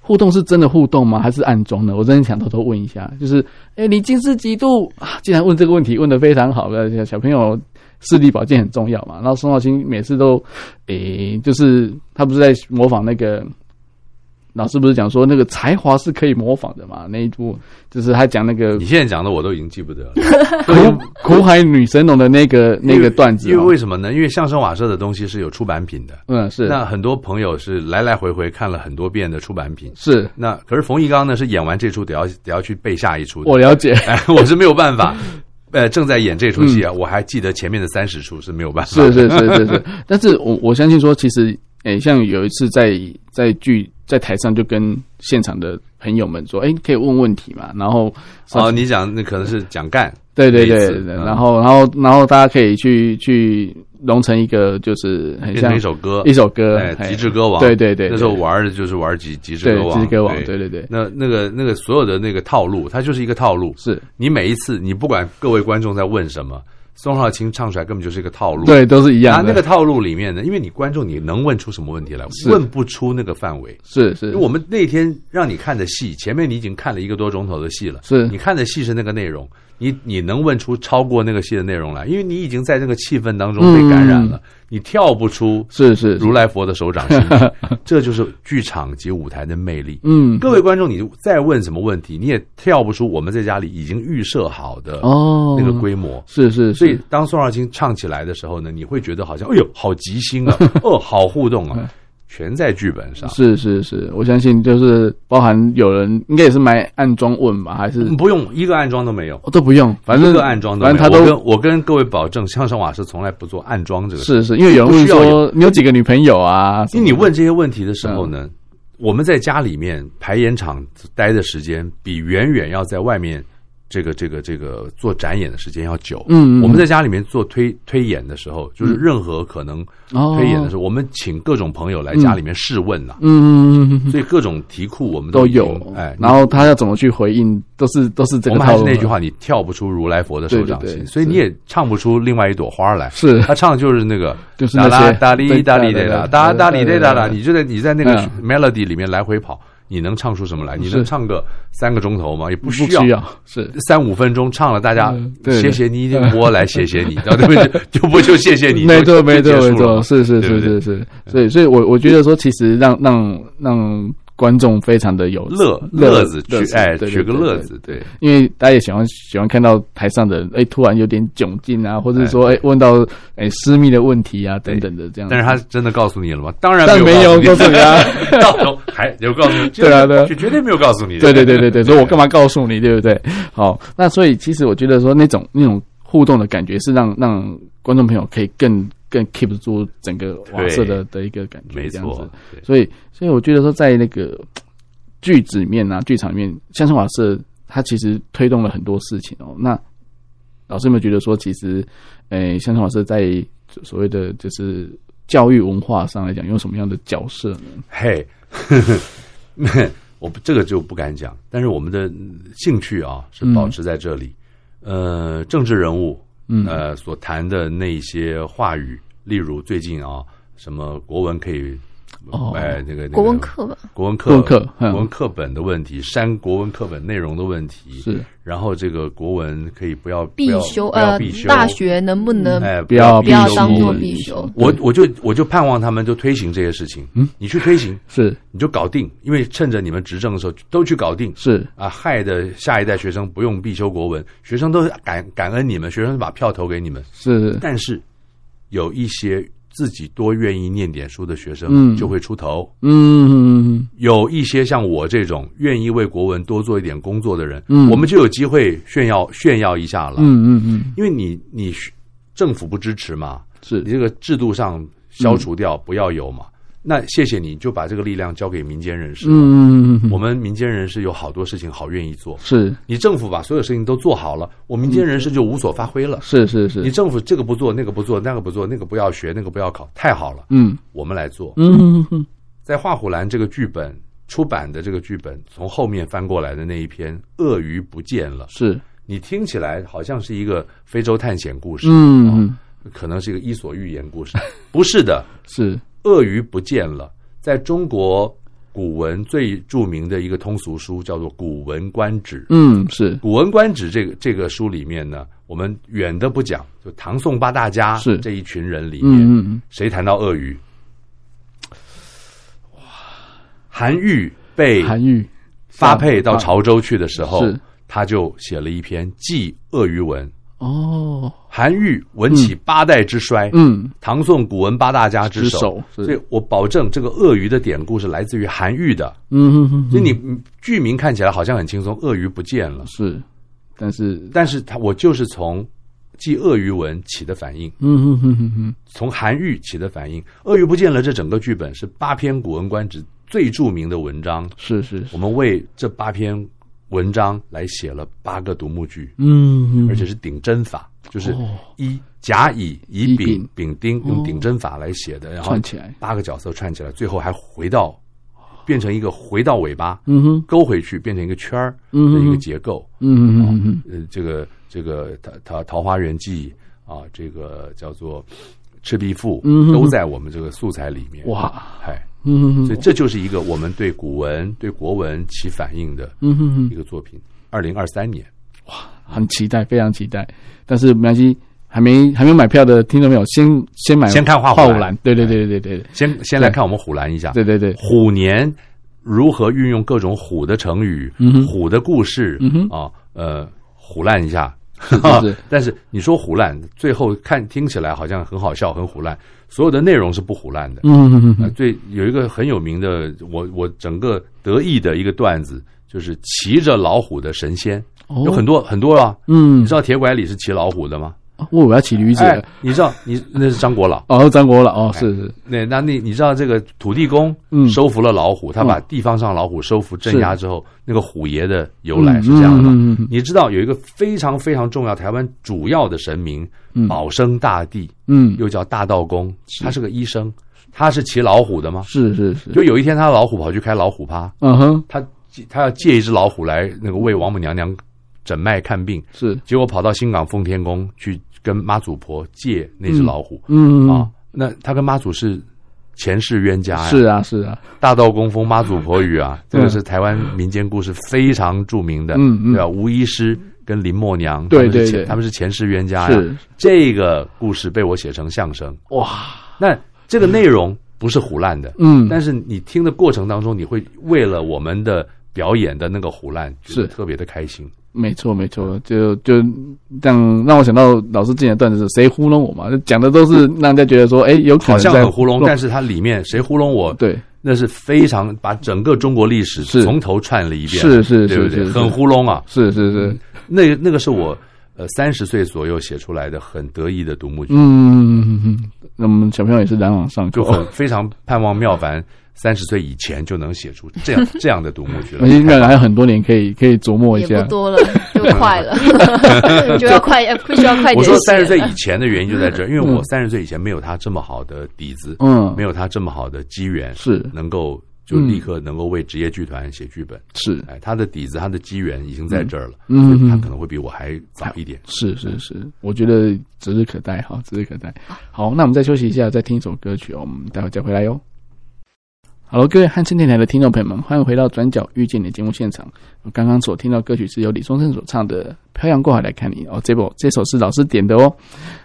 S1: 互动是真的互动吗？还是暗装呢？我真的想偷偷问一下，就是哎、你近视几度啊？竟然问这个问题，问的非常好。呃，小小朋友视力保健很重要嘛。然后宋少卿每次都，诶、就是他不是在模仿那个老师，不是讲说那个才华是可以模仿的嘛？那一部就是他讲那个
S2: 你现在讲的我都已经记不得了。
S1: 苦苦海女神农的那个那
S2: 因
S1: 个
S2: 为
S1: 段子啊
S2: 因为
S1: 嘛，
S2: 为什么呢？因为相声瓦舍的东西是有出版品的。
S1: 嗯是
S2: 那很多朋友是来来回回看了很多遍的出版品。
S1: 是，
S2: 那可是冯一刚呢，是演完这出得要得要去背下一出的。
S1: 我了 解，
S2: 哎，我是没有办法。呃，正在演这出戏啊，我还记得前面的三十出是没有办法。
S1: 嗯是是是是是，但是我我相信说，其实诶、像有一次在在剧在台上就跟现场的朋友们说，诶、可以问问题嘛，然后
S2: 哦，你讲那可能是蒋干，
S1: 对对
S2: 那一
S1: 对，
S2: 次
S1: 对
S2: 嗯
S1: 然后然后然后大家可以去去融成一个，就是很
S2: 变
S1: 像
S2: 成一首歌，
S1: 一首歌，
S2: 哎，
S1: 嘿
S2: 极致歌王。
S1: 对对对，
S2: 那时候
S1: 对
S2: 玩的就是玩极极致
S1: 对
S2: 歌王，
S1: 极致歌王，对。对对，
S2: 那那个那个所有的那个套路，它就是一个套路。
S1: 是
S2: 你每一次，你不管各位观众在问什么，宋少卿唱出来根本就是一个套路。
S1: 对，都是一
S2: 那
S1: 样的。
S2: 啊那个套路里面呢，因为你观众你能问出什么问题来？
S1: 是
S2: 问不出那个范围。
S1: 是是
S2: 因为我们那天让你看的戏，前面你已经看了一个多钟头的戏了，
S1: 嗯是
S2: 你看的戏是那个内容，你你能问出超过那个戏的内容来，因为你已经在那个气氛当中被感染了，
S1: 嗯
S2: 你跳不出
S1: 是是，
S2: 如来佛的手掌心， 这就是剧场及舞台的魅力。
S1: 嗯
S2: 各位观众，你再问什么问题，你也跳不出我们在家里已经预设好的
S1: 哦，
S2: 那个规模。
S1: 是是
S2: 所以
S1: 是，
S2: 当宋少卿唱起来的时候呢，你会觉得好像哎呦，好即 兴啊，哦，好互动
S1: 嗯
S2: 啊，全在剧本上。
S1: 是是是，我相信就是包含有人应该也是买暗装问吧，还是
S2: 嗯不用一个暗装都没有，
S1: 哦都不用，反正
S2: 一个暗装都没
S1: 反
S2: 有。
S1: 正他
S2: 我
S1: 都
S2: 跟我跟各位保证，相声瓦是从来不做暗装这个事。
S1: 是是，因为有人问
S2: 不需要有
S1: 说你有几个女朋友啊？
S2: 因为你问这些问题的时候
S1: 嗯
S2: 呢，我们在家里面排演场待的时间，比远远要在外面这个这个这个做展演的时间要久。
S1: 嗯嗯嗯嗯
S2: 我们在家里面做推推演的时候，就是任何可能
S1: 哦
S2: 推演的时候，我们请各种朋友来家里面试问呐、
S1: 嗯嗯嗯嗯嗯嗯
S2: 所以各种题库我们
S1: 都
S2: 已经
S1: 有，
S2: 哎，
S1: 然后他要怎么去回应，都是都是这
S2: 我
S1: 个
S2: 们还
S1: 套
S2: 是
S1: 路。
S2: 那句，话，你跳不出如来佛的手掌
S1: 对对
S2: 心，
S1: 对
S2: 所以你也唱不出另外一朵花来。
S1: 是
S2: 他唱的就是那个，
S1: 就是
S2: 哒
S1: 那
S2: 啦
S1: 些
S2: 哒哩
S1: 对
S2: 哒哩哒
S1: 对
S2: 啦
S1: 对
S2: 哒
S1: 对
S2: 哒哩哒
S1: 对
S2: 哒
S1: 对
S2: 啦，
S1: 对
S2: 你就在你在那个
S1: 嗯
S2: melody 里面来回跑，你能唱出什么来？你能
S1: 是
S2: 唱个三个钟头吗？也不
S1: 不
S2: 需
S1: 需
S2: 要。
S1: 要是
S2: 三五分钟唱了，大家
S1: 嗯对
S2: 谢 谢你，一定我来谢谢你，到这边就就不就谢谢你，
S1: 没
S2: 就
S1: 错，没错，没错，，是是
S2: 对
S1: 是
S2: 不对嗯
S1: 是是，所以所以我我觉得说，其实让让让观众非常的有
S2: 就乐乐
S1: 乐
S2: 子取哎，
S1: 对对
S2: 取个
S1: 对
S2: 乐
S1: 对嗯
S2: 子，对，
S1: 因为大家也喜欢喜欢看到台上的人哎，突然有点窘境啊，或者是说哎问到哎私密的问题啊等等的这样。
S2: 但是他真的告诉你了吗？当然
S1: 但没有
S2: 告
S1: 告
S2: 诉
S1: 诉
S2: 你
S1: 你啊，
S2: 到时候还有告诉你，
S1: 对啊对啊
S2: 就绝对没有告诉你。
S1: 对对对对对，所以我干嘛告诉你，对不对？好，那所以其实我觉得说那种那种互动的感觉是让让观众朋友可以更更 keep 住整个瓦舍的的一个感觉，
S2: 没
S1: 这样子
S2: 错。，对
S1: 所以，所以我觉得说，在那个剧子里面啊，剧场里面，相声瓦舍它其实推动了很多事情哦。那老师有没有觉得说，其实，诶、相声瓦舍在所谓的就是教育文化上来讲，有什么样的角色呢？
S2: 嘿， 我不这个就不敢讲，但是我们的兴趣啊是保持在这里。呃，政治人物，
S1: 嗯
S2: 呃，所谈的那些话语，例如最近啊，什么国文可以，
S1: 哦
S2: 哎，那个那个
S3: 国文课吧，
S2: 国文课
S1: 国文课嗯
S2: 国文课本的问题，删国文课本内容的问题，
S1: 是
S2: 然后这个国文可以不要
S3: 必
S2: 不要
S3: 修
S2: 不要
S3: 呃
S2: 必修，
S3: 大学能不能
S2: 哎
S1: 不要
S3: 不要
S1: 必修嗯
S3: 当做
S1: 必
S3: 必
S1: 修
S3: 修？
S2: 我我就我就盼望他们就推行这些事情，嗯，你去推行，
S1: 是
S2: 你就搞定，因为趁着你们执政的时候都去搞定
S1: 是，
S2: 啊，害得下一代学生不用必修国文，学生都感感恩你们，学生把票投给你们，
S1: 是
S2: 但是有一些自己多愿意念点书的学生
S1: 嗯
S2: 就会出头，
S1: 嗯，
S2: 有一些像我这种愿意为国文多做一点工作的人，
S1: 嗯
S2: 我们就有机会炫耀炫耀一下了。
S1: 嗯嗯嗯，
S2: 因为你你政府不支持嘛，
S1: 是
S2: 你这个制度上消除掉，
S1: 嗯
S2: 不要有嘛。那谢谢你就把这个力量交给民间人士。
S1: 嗯嗯
S2: 我们民间人士有好多事情好愿意做，
S1: 是
S2: 你政府把所有事情都做好了，我民间人士就无所发挥了。
S1: 是是
S2: 你
S1: 是，
S2: 政府这个不做，那个不做，那个不做，那个不要学，那个不要考，太好了，
S1: 嗯
S2: 我们来做。
S1: 嗯嗯
S2: 在《画虎兰》这个剧本出版的这个剧本，从后面翻过来的那一篇《鳄鱼不见了》，
S1: 是，
S2: 你听起来好像是一个非洲探险故事，
S1: 嗯
S2: 可能是一个伊索寓言故事，不是的，
S1: 是
S2: 鳄鱼不见了，在中国古文最著名的一个通俗书叫做《古文观止》。
S1: 嗯是
S2: 《古文观止》这个这个书里面呢，我们远的不讲，就唐宋八大家
S1: 是
S2: 这一群人里面，
S1: 嗯嗯
S2: 谁谈到鳄鱼？哇，韩愈被
S1: 嗯，韩愈
S2: 发配到潮州去的时候
S1: 是，
S2: 他就写了一篇《记鳄鱼文》。
S1: 哦，
S2: 韩愈文起八代之衰，
S1: 嗯
S2: 唐宋古文八大家之
S1: 之
S2: 首
S1: 首，是
S2: 所以我保证这个鳄鱼的典故是来自于韩愈的。
S1: 嗯嗯嗯
S2: 所以你嗯剧名看起来好像很轻松，鳄鱼不见了，
S1: 是，但是
S2: 但是他我就是从记鳄鱼文起的反应，
S1: 嗯哼哼哼哼，
S2: 从韩愈起的反应，鳄鱼不见了这整个剧本是八篇《古文观止》最著名的文章，
S1: 是是是，
S2: 我们为这八篇文章来写了八个独幕剧，
S1: 嗯，
S2: 而且是顶针法，就是
S1: 哦
S2: 一甲乙乙
S1: 乙
S2: 丙
S1: 丙
S2: 丙丁用
S1: 哦
S2: 顶针法来写的，然后
S1: 串起来，
S2: 八个角色串起来，最后还回到变成一个回到尾巴
S1: 嗯哼，
S2: 勾回去，变成一个圈儿的
S1: 嗯
S2: 一个
S1: 哼
S2: 结构。
S1: 嗯嗯嗯
S2: 呃，这个这个《桃桃桃花源记》啊，这个叫做赤壁赋
S1: 嗯哼，
S2: 都在我们这个素材里面。
S1: 哇，
S2: 哎，
S1: 嗯
S2: 所以
S1: 哼
S2: 这就是一个我们对古文、对国文起反应的
S1: 嗯哼哼
S2: 一，个作品。二零二三年，
S1: 很期待，非常期待。但是没关系，还没还没有买票的听众朋友，先先买
S2: 先看画虎
S1: 画
S2: 兰
S1: 虎兰，对对对对对对
S2: 先先来看我们虎兰一下。
S1: 对对对，
S2: 虎年如何运用各种虎的成语、
S1: 嗯哼
S2: 虎的故事、
S1: 嗯哼
S2: 啊，呃，虎烂一 下。
S1: 是
S2: 但是你说虎烂，最后看听起来好像很好笑，很虎烂，所有的内容是不虎烂的。
S1: 嗯哼哼
S2: 呃
S1: 哼，
S2: 最有一个很有名的，我我整个得意的一个段子，就是骑着老虎的神仙，
S1: 哦
S2: 有很多很多啊。
S1: 嗯
S2: 你知，道铁拐李是骑老虎的吗？
S1: 我我要骑驴子了
S2: 哎，你知道你那是张国老。
S1: 哦，张国老哦，是是，
S2: 那那你你知道这个土地公
S1: 嗯
S2: 收服了老虎，他把
S1: 嗯
S2: 地方上老虎收服镇
S1: 是
S2: 压之后，那个虎爷的由来是这样的。
S1: 嗯嗯嗯嗯
S2: 你知道有一个非常非常重要台湾主要的神明
S1: 嗯
S2: 保生大帝，
S1: 嗯，
S2: 又叫大道公，他是个医生，他是骑老虎的吗？
S1: 是是是，
S2: 就有一天他老虎跑去开老虎趴，
S1: 嗯哼，
S2: 他他要借一只老虎来那个为王母娘娘诊脉看病，
S1: 是，
S2: 结果跑到新港奉天宫去跟妈祖婆借那只老虎。
S1: 嗯
S2: 啊，，那他跟妈祖是前世冤家哎呀，
S1: 是啊是啊，
S2: 大道公风妈祖婆语啊，这
S1: 嗯
S2: 个是台湾民间故事非常著名的，
S1: 嗯嗯
S2: 对吧？啊吴医师跟林默娘，
S1: 对
S2: 他们是
S1: 对
S2: 前
S1: 对
S2: 他们是前世冤哎家呀。
S1: 是
S2: 这个故事被我写成相声，
S1: 哇，
S2: 那这个内容不是胡乱的，
S1: 嗯，
S2: 但是你听的过程当中，你会为了我们的表演的那个胡乱，
S1: 是
S2: 特别的开心。
S1: 没错，没错，就就让让我想到老师之前的段子是谁糊弄我嘛，就讲的都是让人家觉得说，哎，有可
S2: 好
S1: 能
S2: 像
S1: 在
S2: 很糊弄，但是它里面谁糊弄我，
S1: 对，
S2: 那是非常把整个中国历史
S1: 是
S2: 从头串了一遍，
S1: 是是
S2: 对不
S1: 是
S2: 对？
S1: 是，
S2: 很糊弄啊！
S1: 是是是，
S2: 那那个是我呃三十岁左右写出来的很得意的独幕剧，
S1: 嗯，那我们小朋友也是朗朗上
S2: 就
S1: 口，
S2: 很非常盼望妙凡三十岁以前就能写出 这样这样的独幕剧了
S1: 而。且妙还有很多年可以可以琢磨一
S3: 也不
S1: 下，
S3: 多了，就快了， 就要快，呃需要快点写。
S2: 我说三十岁以前的原因就在这儿，因为
S1: 嗯
S2: 我三十岁以前没有他这么好的底子，
S1: 嗯，
S2: 没
S1: 有
S2: 有他这么好的机缘，
S1: 是
S2: 能够就立刻能够为职业剧团写剧本。
S1: 是
S2: 哎，他的底子，他的机缘已经在这儿了，
S1: 嗯嗯嗯嗯
S2: 所以他可能会比我还早一点。
S1: 是是是，我觉得指日可待哈，指日可待。好，那我们再休息一下，再听一首歌曲哦，我们待会再回来哟。Hello，各位汉森电台的听众朋友们，欢迎回到《转角遇见》的节目现场。我刚刚所听到歌曲是由李宗盛所唱的《漂洋过海来看你》哦，这部这首是老师点的哦。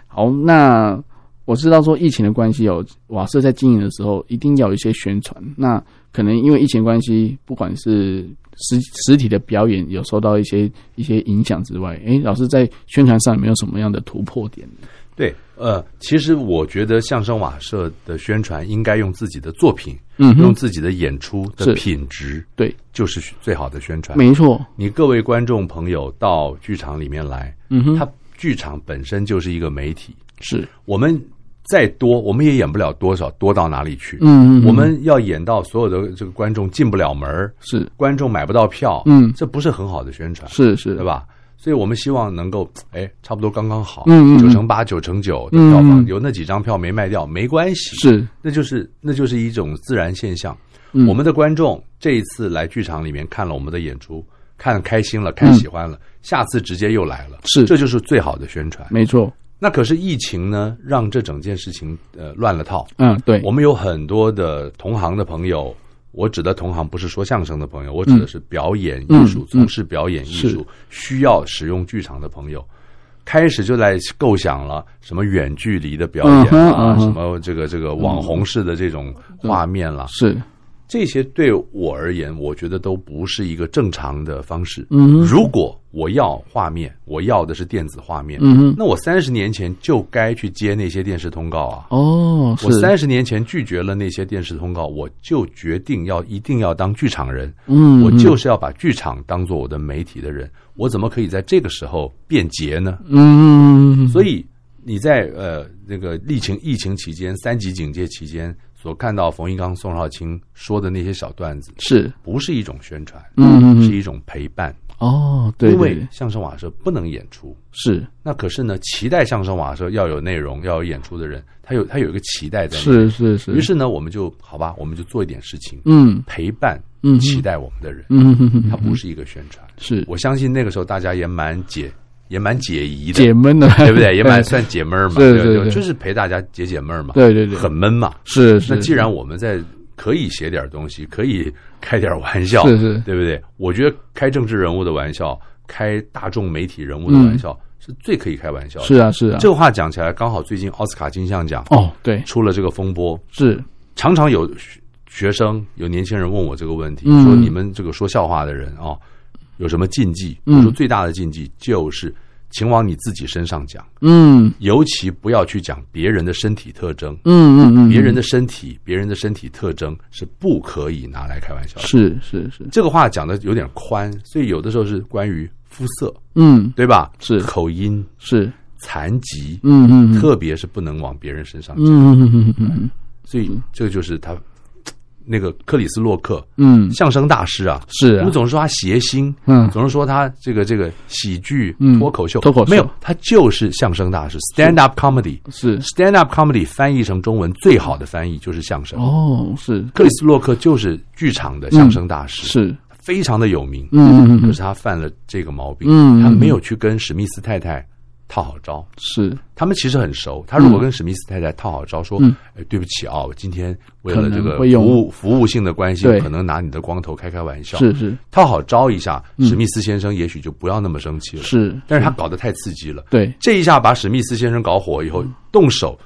S1: 好，那我知道说疫情的关系哦，瓦舍在经营的时候一定要有一些宣传。那可能因为疫情关系，不管是实实体的表演有受到一些一些影响之外，诶，老师在宣传上有没有什么样的突破点呢？
S2: 对，呃，其实我觉得相声瓦舍的宣传应该用自己的作品，
S1: 嗯
S2: 用
S1: 哼，
S2: 自己的演出
S1: 是
S2: 的品质，
S1: 对，
S2: 就是最好的宣传。
S1: 没错，
S2: 你各位观众朋友到剧场里面来，
S1: 嗯哼，
S2: 它剧场本身就是一个媒体，
S1: 是，
S2: 我们再多，我们也演不了多少，多到哪里去？
S1: 嗯，嗯
S2: 我们要演到所有的这个观众进不了门儿
S1: 是，
S2: 观众买不到票，
S1: 嗯
S2: 这不是很好的宣传，
S1: 是是，
S2: 对？吧？所以我们希望能够，哎，差不多刚刚好，
S1: 嗯嗯嗯
S2: 九成八、九成九的票
S1: 嗯
S2: 房，
S1: 嗯
S2: 有那几张票没卖掉没关系，
S1: 是，
S2: 那就是那就是一种自然现象。
S1: 嗯
S2: 我们的观众这一次来剧场里面看了我们的演出，看开心了，看喜欢了，下次直接又来了，
S1: 嗯是
S2: 这就是最好的宣传。
S1: 没错，
S2: 那可是疫情呢，让这整件事情呃乱了套。
S1: 嗯，对，
S2: 我们有很多的同行的朋友，我指的同行不是说相声的朋友，我指的是表演艺
S1: 嗯
S2: 术、
S1: 嗯
S2: 从事表演艺
S1: 是
S2: 术需要使用剧场的朋友，开始就在构想了什么远距离的表
S1: 嗯
S2: 演
S1: 哼
S2: 啊，
S1: 嗯哼
S2: 什么这个这个网红式的这种画面啦，
S1: 是，
S2: 这些对我而言，我觉得都不是一个正常的方式。
S1: 嗯哼，
S2: 如果我要画面，我要的是电子画面，
S1: 嗯哼，
S2: 那我三十年前就该去接那些电视通告啊。
S1: 哦，是
S2: 我，三十年前拒绝了那些电视通告，我就决定要一定要当剧场人，
S1: 嗯，
S2: 我就是要把剧场当做我的媒体的人，我怎么可以在这个时候变节呢？
S1: 嗯，嗯，
S2: 所
S1: 以
S2: 以你在呃那个疫情疫情期间三级警戒期间所看到冯一刚、宋少卿说的那些小段子，
S1: 是，
S2: 不是一种宣传，
S1: 嗯嗯嗯
S2: 是一种陪伴，
S1: 哦，对，
S2: 因
S1: 对
S2: 为
S1: 对
S2: 相声瓦舍不能演出。
S1: 是
S2: 那可是呢，期待相声瓦舍要有内容，要有演出的人，他有他有一个期待在那
S1: 是
S2: 里。
S1: 是是，
S2: 于是呢，我们就好吧，我们就做一点事情，
S1: 嗯，
S2: 陪伴
S1: 嗯
S2: 期待我们的人，
S1: 嗯嗯嗯嗯，
S2: 它不是一个宣传。
S1: 是
S2: 我相信那个时候大家也蛮解，也蛮解疑的，
S1: 解闷的，
S2: 对不 对？也蛮算解闷儿嘛，
S1: 对
S2: 对
S1: 对
S2: 吧
S1: 对
S2: 就是陪大家解解闷儿嘛，
S1: 对对对，
S2: 很闷嘛。
S1: 是是。
S2: 那既然我们在可以写点东西，可以开点玩笑，
S1: 是是
S2: 对不对？我觉得开政治人物的玩笑，开大众媒体人物的玩笑，是最可以开玩笑
S1: 嗯
S2: 的。
S1: 是啊是啊，
S2: 这话讲起来，刚好最近奥斯卡金像奖
S1: 哦对
S2: 出了这个风波，
S1: 是
S2: 常常有学学生、有年轻人问我这个问题，
S1: 嗯
S2: 说你们这个说笑话的人啊、哦有什么禁忌？
S1: 嗯
S2: 我说最大的禁忌就是，请往你自己身上讲，
S1: 嗯
S2: 尤其不要去讲别人的身体特征。
S1: 嗯嗯嗯，
S2: 别人的身体、别人的身体特征是不可以拿来开玩笑的。
S1: 是是是，
S2: 这个话讲的有点宽，所以有的时候是关于肤色，
S1: 嗯
S2: 对吧？
S1: 是
S2: 口音、
S1: 是
S2: 残疾，
S1: 嗯嗯
S2: 特别是不能往别人身上讲。
S1: 嗯嗯嗯嗯
S2: 所以这就是他那个克里斯洛克
S1: 嗯
S2: 相声大师啊，
S1: 是
S2: 我
S1: 啊
S2: 们，总是说他谐星，
S1: 嗯
S2: 总是说他这个这个喜剧
S1: 嗯、
S2: 脱口秀，
S1: 脱口秀
S2: 没有，他就是相声大师，stand up comedy。
S1: 是
S2: stand up comedy 翻译成中文最好的翻译就是相声。
S1: 哦是
S2: 克里斯洛克就是剧场的相声大师，
S1: 嗯是
S2: 非常的有名。
S1: 嗯嗯
S2: 可
S1: 嗯
S2: 是他犯了这个毛病，
S1: 嗯
S2: 他没有去跟史密斯太太套好招。
S1: 是
S2: 他们其实很熟，他如果跟史密斯太太套好招，说：“
S1: 嗯
S2: 哎，对不起啊，我今天为了这
S1: 可
S2: 个
S1: 能会用
S2: 服务服务性的关系
S1: 对，
S2: 可能拿你的光头开开玩笑。”
S1: 是是
S2: 套好招一下，
S1: 嗯
S2: 史密斯先生也许就不要那么生气了。
S1: 是，
S2: 但是他搞得太刺激了，
S1: 对
S2: 这一下把史密斯先生搞火以后，动手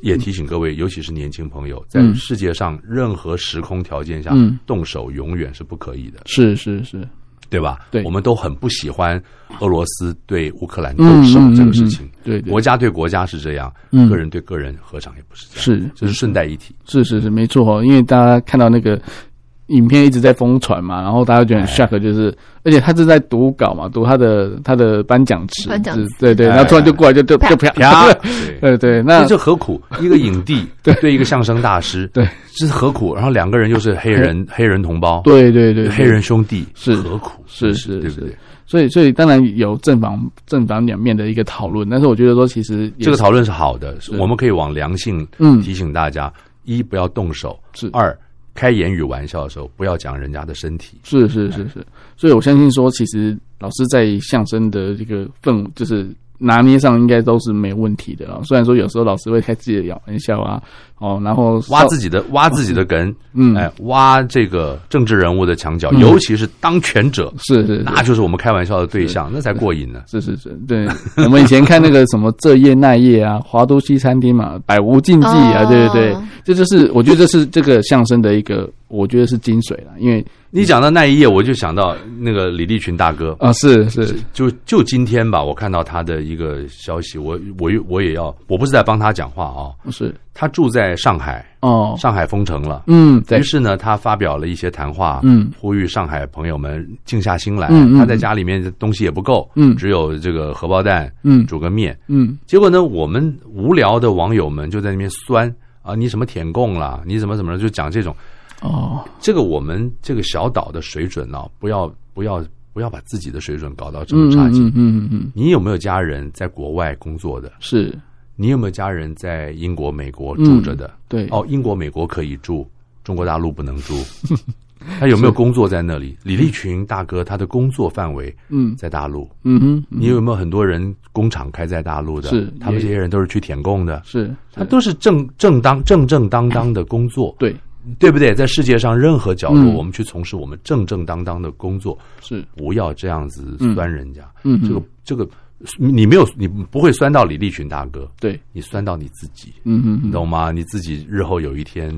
S2: 也提醒各位，尤其是年轻朋友，在
S1: 嗯
S2: 世界上任何时空条件下
S1: 嗯，
S2: 动手永远是不可以的，
S1: 是是是
S2: 对吧？
S1: 对
S2: 我们都很不喜欢俄罗斯对乌克兰动
S1: 嗯
S2: 手
S1: 嗯
S2: 这个事情，
S1: 对对
S2: 国家对国家是这样，
S1: 嗯
S2: 个人对个人何尝也不是这样？
S1: 是
S2: 这是顺带一提。
S1: 是是是，没错哦，因为大家看到那个影片一直在疯传嘛，然后大家觉得很
S2: 哎
S1: shock，就是，而且他是在读稿嘛，读他的他的颁奖词，
S3: 颁奖词
S1: 是对对，
S2: 哎
S1: 然后突然就过来就就就啪 哎
S2: 啪，
S1: 对对，那
S2: 那这何 苦？一个影帝对一个相声大师，
S1: 对，
S2: 这是何苦？然后两个人又是黑人黑人同胞，
S1: 对对对，对
S2: 黑人兄弟，
S1: 是
S2: 何苦？
S1: 是是
S2: 对不对？
S1: 所以所以当然有正反正反两面的一个讨论，但是我觉得说其实也
S2: 这个讨论是好的，我们可以往良性
S1: 嗯
S2: 提醒大家：一不要动手
S1: 是，
S2: 二开言语玩笑的时候不要讲人家的身体。
S1: 是是是是，所以我相信说，其实老师在相声的这个氛，就是拿捏上应该都是没问题的啦。虽然说有时候老师会开自己的玩笑啊，哦，然后
S2: 挖自
S1: 己，
S2: 己的挖自己的梗，
S1: 嗯，
S2: 哎，挖这个政治人物的墙角，
S1: 嗯
S2: 尤其是当权者，
S1: 是是
S2: 那就是我们开玩笑的对象，那才过瘾呢。
S1: 是是是，对我们以前看那个什么这夜那夜啊，华都西餐厅嘛，百无禁忌啊，
S3: 哦
S1: 对对对，这就是我觉得这是这个相声的一个，我觉得是精髓啦，因为
S2: 你讲到那一页，我就想到那个李立群大哥，
S1: 啊、是是
S2: 就就今天吧，我看到他的一个消息，我我我也要，我不是在帮他讲话啊，
S1: 是
S2: 他住在上海，
S1: 哦，
S2: 上海封城了。
S1: 嗯，对
S2: 于，是呢，他发表了一些谈话，
S1: 嗯
S2: 呼吁上海朋友们静下心来。
S1: 嗯嗯
S2: 他在家里面东西也不够，
S1: 嗯
S2: 只有这个荷包蛋，
S1: 嗯
S2: 煮个面。
S1: 嗯
S2: 结果呢，我们无聊的网友们就在那边酸啊，你什么舔共啦，你怎么怎么了，就讲这种。
S1: 哦，
S2: 这个我们这个小岛的水准呢、不要不要不要把自己的水准搞到这么差劲。
S1: 嗯嗯嗯嗯嗯，
S2: 你有没有家人在国外工作的？
S1: 是
S2: 你有没有家人在英国、美国
S1: 嗯
S2: 住着的？
S1: 对
S2: 哦，英国、美国可以住，中国大陆不能 住。他有没有工作在那里？李立群大哥，他的工作范围
S1: 嗯
S2: 在大陆。
S1: 嗯哼，嗯
S2: 你有没有很多人工厂开在大陆的？
S1: 是
S2: 他们
S1: 也
S2: 这些人都是去舔供的，
S1: 是
S2: 他都是正正当正正当当的工作，
S1: 对
S2: 对不对？在世界上任何角落，
S1: 嗯
S2: 我们去从事我们正正当当的工作，
S1: 是
S2: 不要这样子酸人家。
S1: 嗯
S2: 这个
S1: 嗯
S2: 这个，你没有你不会酸到李立群大哥，
S1: 对
S2: 你酸到你自己。
S1: 嗯嗯
S2: 你
S1: 嗯
S2: 懂吗？你自己日后有一天，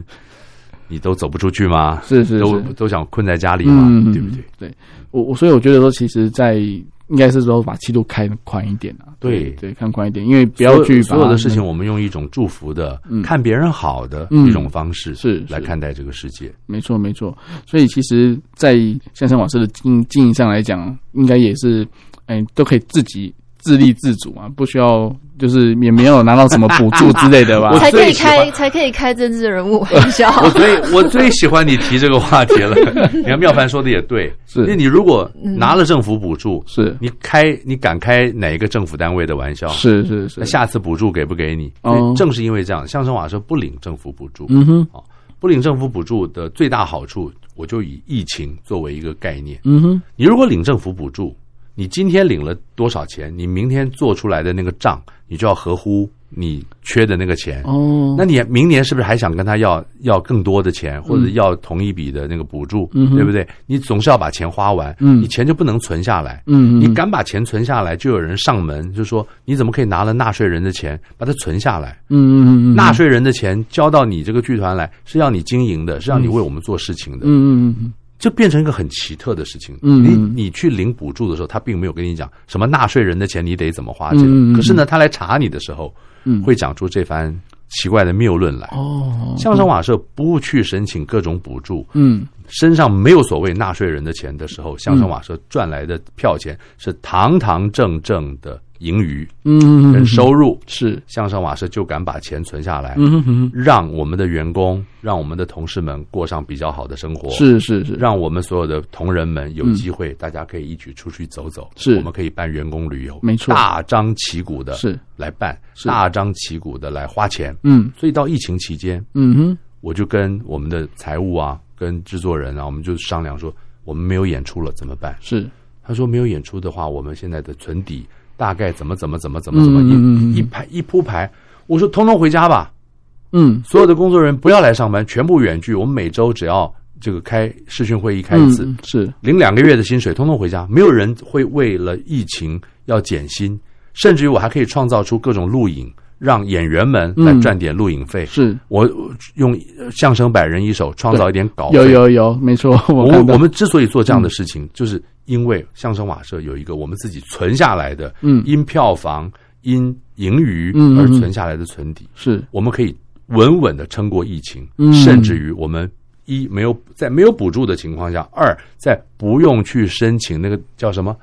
S2: 你都走不出去吗？
S1: 是是
S2: 都
S1: 是
S2: 都想困在家里嘛，
S1: 嗯，
S2: 对不对？？
S1: 对我我所以我觉得说，其实，在应该是说把气度开宽一点啊，
S2: 对
S1: 对，看宽一点，因为不要去把
S2: 所有所有的事情，
S1: 那，
S2: 我们用一种祝福的、
S1: 嗯
S2: 看别人好的
S1: 嗯
S2: 一种方式，
S1: 是是
S2: 来看待这个世界。
S1: 没错没错。所以其实，在相声老师的经经营上来讲，应该也是，哎，都可以自己。自立自主嘛，不需要，就是也没有拿到什么补助之类的吧
S2: 我。
S3: 才可
S2: 最
S3: 以
S2: 喜欢
S3: 开才可以开政治人物玩笑。
S2: 我最我最喜欢你提这个话题了。你看妙凡说的也对，
S1: 是嗯
S2: 因为你如果拿了政府补助，
S1: 是
S2: 你开你敢开哪一个政府单位的玩笑？
S1: 是是是
S2: 那，下次补助给不给你？
S1: 哦
S2: 所以正是因为这样，相声瓦舍不领政府补助，
S1: 嗯哼，
S2: 不领政府补助的最大好处，我就以疫情作为一个概念。
S1: 嗯哼，
S2: 你如果领政府补助，你今天领了多少钱，你明天做出来的那个账，你就要合乎你缺的那个钱。
S1: 哦，
S2: 那你明年是不是还想跟他要要更多的钱，或者要同一笔的那个补助，
S1: 嗯嗯哼
S2: 对不对？你总是要把钱花完，
S1: 嗯
S2: 你钱就不能存下来。
S1: 嗯，嗯
S2: 你敢把钱存下来，就有人上门，就说你怎么可以拿了纳税人的钱把它存下来？
S1: 嗯嗯嗯嗯
S2: 纳税人的钱交到你这个剧团来，是要你经营的，是让你为我们做事情的，
S1: 嗯嗯嗯
S2: 就变成一个很奇特的事情。
S1: 嗯
S2: 你
S1: 嗯
S2: 你去领补助的时候，他并没有跟你讲什么纳税人的钱你得怎么花
S1: 嗯嗯嗯
S2: 钱，可是呢，他来查你的时候，
S1: 嗯
S2: 会讲出这番奇怪的谬论来。
S1: 哦，
S2: 相声瓦舍不去申请各种补助，
S1: 嗯
S2: 身上没有所谓纳税人的钱的时候，相声瓦舍赚来的票钱是堂堂正正的盈余
S1: 嗯嗯
S2: 跟收入，
S1: 是，
S2: 相声瓦舍就敢把钱存下来，
S1: 嗯嗯
S2: 让我们的员工、让我们的同事们过上比较好的生活，
S1: 是是是，
S2: 让我们所有的同仁们有
S1: 嗯
S2: 机会，大家可以一起出去走走，
S1: 是
S2: 我们可以办员工旅游，
S1: 没错
S2: 大张旗鼓的
S1: 是，
S2: 来办，
S1: 是
S2: 大张旗鼓的来花钱。
S1: 嗯
S2: 所以到疫情期间，
S1: 嗯哼，
S2: 我就跟我们的财务啊，跟制作人啊，我们就商量说，我们没有演出了怎么办？
S1: 是，
S2: 他说没有演出的话，我们现在的存底大概怎么怎么怎么怎么怎么
S1: 嗯嗯嗯嗯
S2: 一一排一铺排。我说通通回家吧，
S1: 嗯
S2: 所有的工作人员不要来上班，全部远距。我们每周只要这个开视讯会议开一次，
S1: 嗯是，
S2: 领两个月的薪水，通通回家。没有人会为了疫情要减薪，甚至于我还可以创造出各种录影，让演员们来
S1: 嗯
S2: 赚点录影费。
S1: 是
S2: 我用相声百人一首创造一点稿费。
S1: 有有有，没错，
S2: 我
S1: 我
S2: 们
S1: 看到嗯
S2: 我们之所以做这样的事情，就是因为相声瓦舍有一个我们自己存下来的，
S1: 嗯
S2: 因票房、因盈余
S1: 嗯嗯
S2: 而
S1: 嗯
S2: 存下来的存底，
S1: 是，
S2: 我们可以稳稳的撑过疫情，
S1: 嗯
S2: 甚至于我们一没有在没有补助的情况下，二在不用去申请那个 叫什么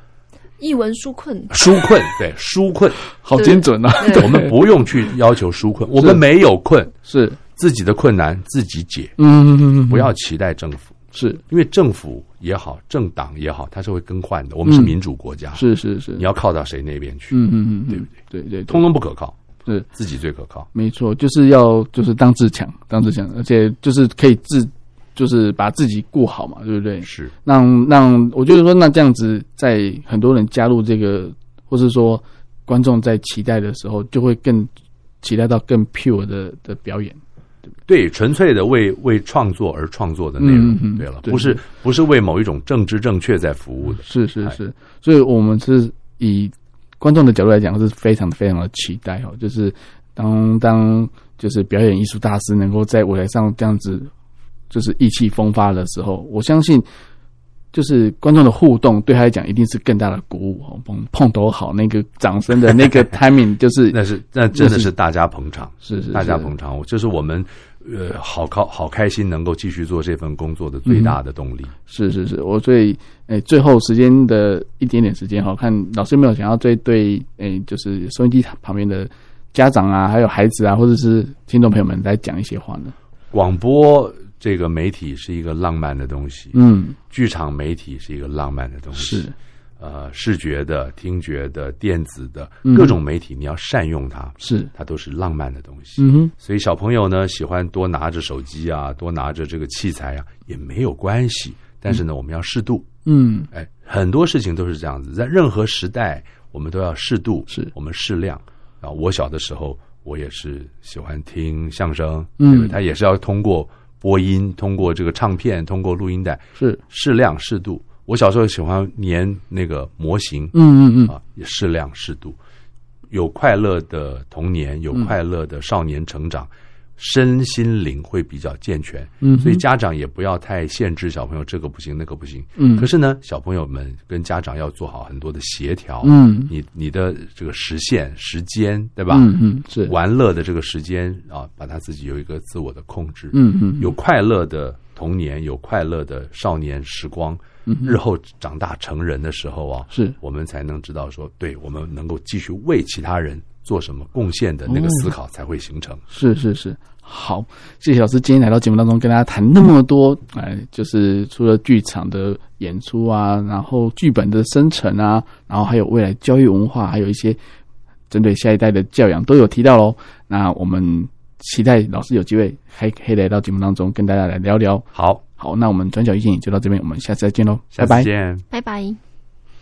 S3: 一文纾困，
S2: 纾困，对纾困，
S1: 好精准啊，
S3: 对
S2: 我们不用去要求纾困，我们没有困，
S1: 是，
S2: 自己的困难自己解，
S1: 嗯嗯嗯，
S2: 不要期待政府。
S1: 是
S2: 因为政府也好，政党也好，它是会更换的。我们是民主国家，
S1: 嗯是是是
S2: 你，要靠到谁那边去，
S1: 嗯嗯嗯，对不对？对对，
S2: 通通不可靠，
S1: 是
S2: 自己最可靠。
S1: 没错，就是要就是当自强，当自强，而且就是可以自，就是把自己顾好嘛，对不对？
S2: 是，
S1: 让让，我就是说，那这样子，在很多人加入这个，或是说观众在期待的时候，就会更期待到更 pure 的的表演。
S2: 对，纯粹的为为创作而创作的内
S1: 嗯
S2: 容。
S1: 嗯嗯
S2: 对了，
S1: 对
S2: 不是不是为某一种政治正确在服务的。
S1: 是是是，哎所以我们是以观众的角度来讲，是非常非常的期待哦，就是当当就是表演艺术大师能够在舞台上这样子，就是意气风发的时候，我相信。就是观众的互动对他来讲一定是更大的鼓舞哦，碰碰头好，那个掌声的 那个 timing 就是
S2: 那是那真
S1: 嗯
S2: 的
S1: 那
S2: 是
S1: 是
S2: 大家捧场，
S1: 是是
S2: 大家
S1: 是
S2: 捧场，这是我们呃好靠好开心能够继续做这份工作的最
S1: 嗯
S2: 大的动力。
S1: 是是是，我最诶、最后时间的一点点时间哈，看老师有没有想要对对诶、就是收音机旁边的家长啊，还有孩子啊，或者是听众朋友们来讲一些话呢？
S2: 广播这个媒体是一个浪漫的东西，
S1: 嗯，
S2: 剧场媒体是一个浪漫的东西。
S1: 是
S2: 呃视觉的、听觉的、电子的
S1: 嗯
S2: 各种媒体，你要善用它，
S1: 是，
S2: 它都是浪漫的东西。
S1: 嗯哼，
S2: 所以小朋友呢，喜欢多拿着手机啊，多拿着这个器材啊，也没有关系。但是呢，我们要适度。
S1: 嗯
S2: 哎，很多事情都是这样子，在任何时代，我们都要适度，
S1: 是
S2: 我们适量。啊，我小的时候，我也是喜欢听相声，
S1: 嗯
S2: 对不对他也是要通过播音、通过这个唱片、通过录音带，
S1: 是，
S2: 适量适度。我小时候喜欢粘那个模型，
S1: 嗯嗯嗯，
S2: 啊，也适量适度，有快乐的童年，
S1: 嗯
S2: 有快乐的少年成长，身心灵会比较健全。
S1: 嗯哼
S2: 啊所以家长也不要太限制小朋友这个不行那个不行。
S1: 嗯
S2: 可是呢，小朋友们跟家长要做好很多的协调。
S1: 嗯
S2: 你你的这个时限、时间，对吧？
S1: 嗯嗯是，
S2: 玩乐的这个时间啊，把他自己有一个自我的控制。
S1: 嗯嗯
S2: 有快乐的童年，有快乐的少年时光，
S1: 嗯
S2: 日后长大成人的时候啊，
S1: 是
S2: 我们才能知道说，对我们能够继续为其他人做什么贡献的那个
S1: 哦
S2: 思考才会形成。
S1: 是是是，好，谢谢老师今天来到节目当中跟大家谈那么多，哎，就是除了剧场的演出啊，然后剧本的生成啊，然后还有未来教育文化，还有一些针对下一代的教养都有提到喽。那我们期待老师有机会还可以来到节目当中跟大家来聊聊。
S2: 好，
S1: 好，那我们转角遇见也就到这边，我们下次再见喽，
S2: 下
S1: 拜
S2: 次
S1: 拜。
S2: 见。
S3: 拜拜。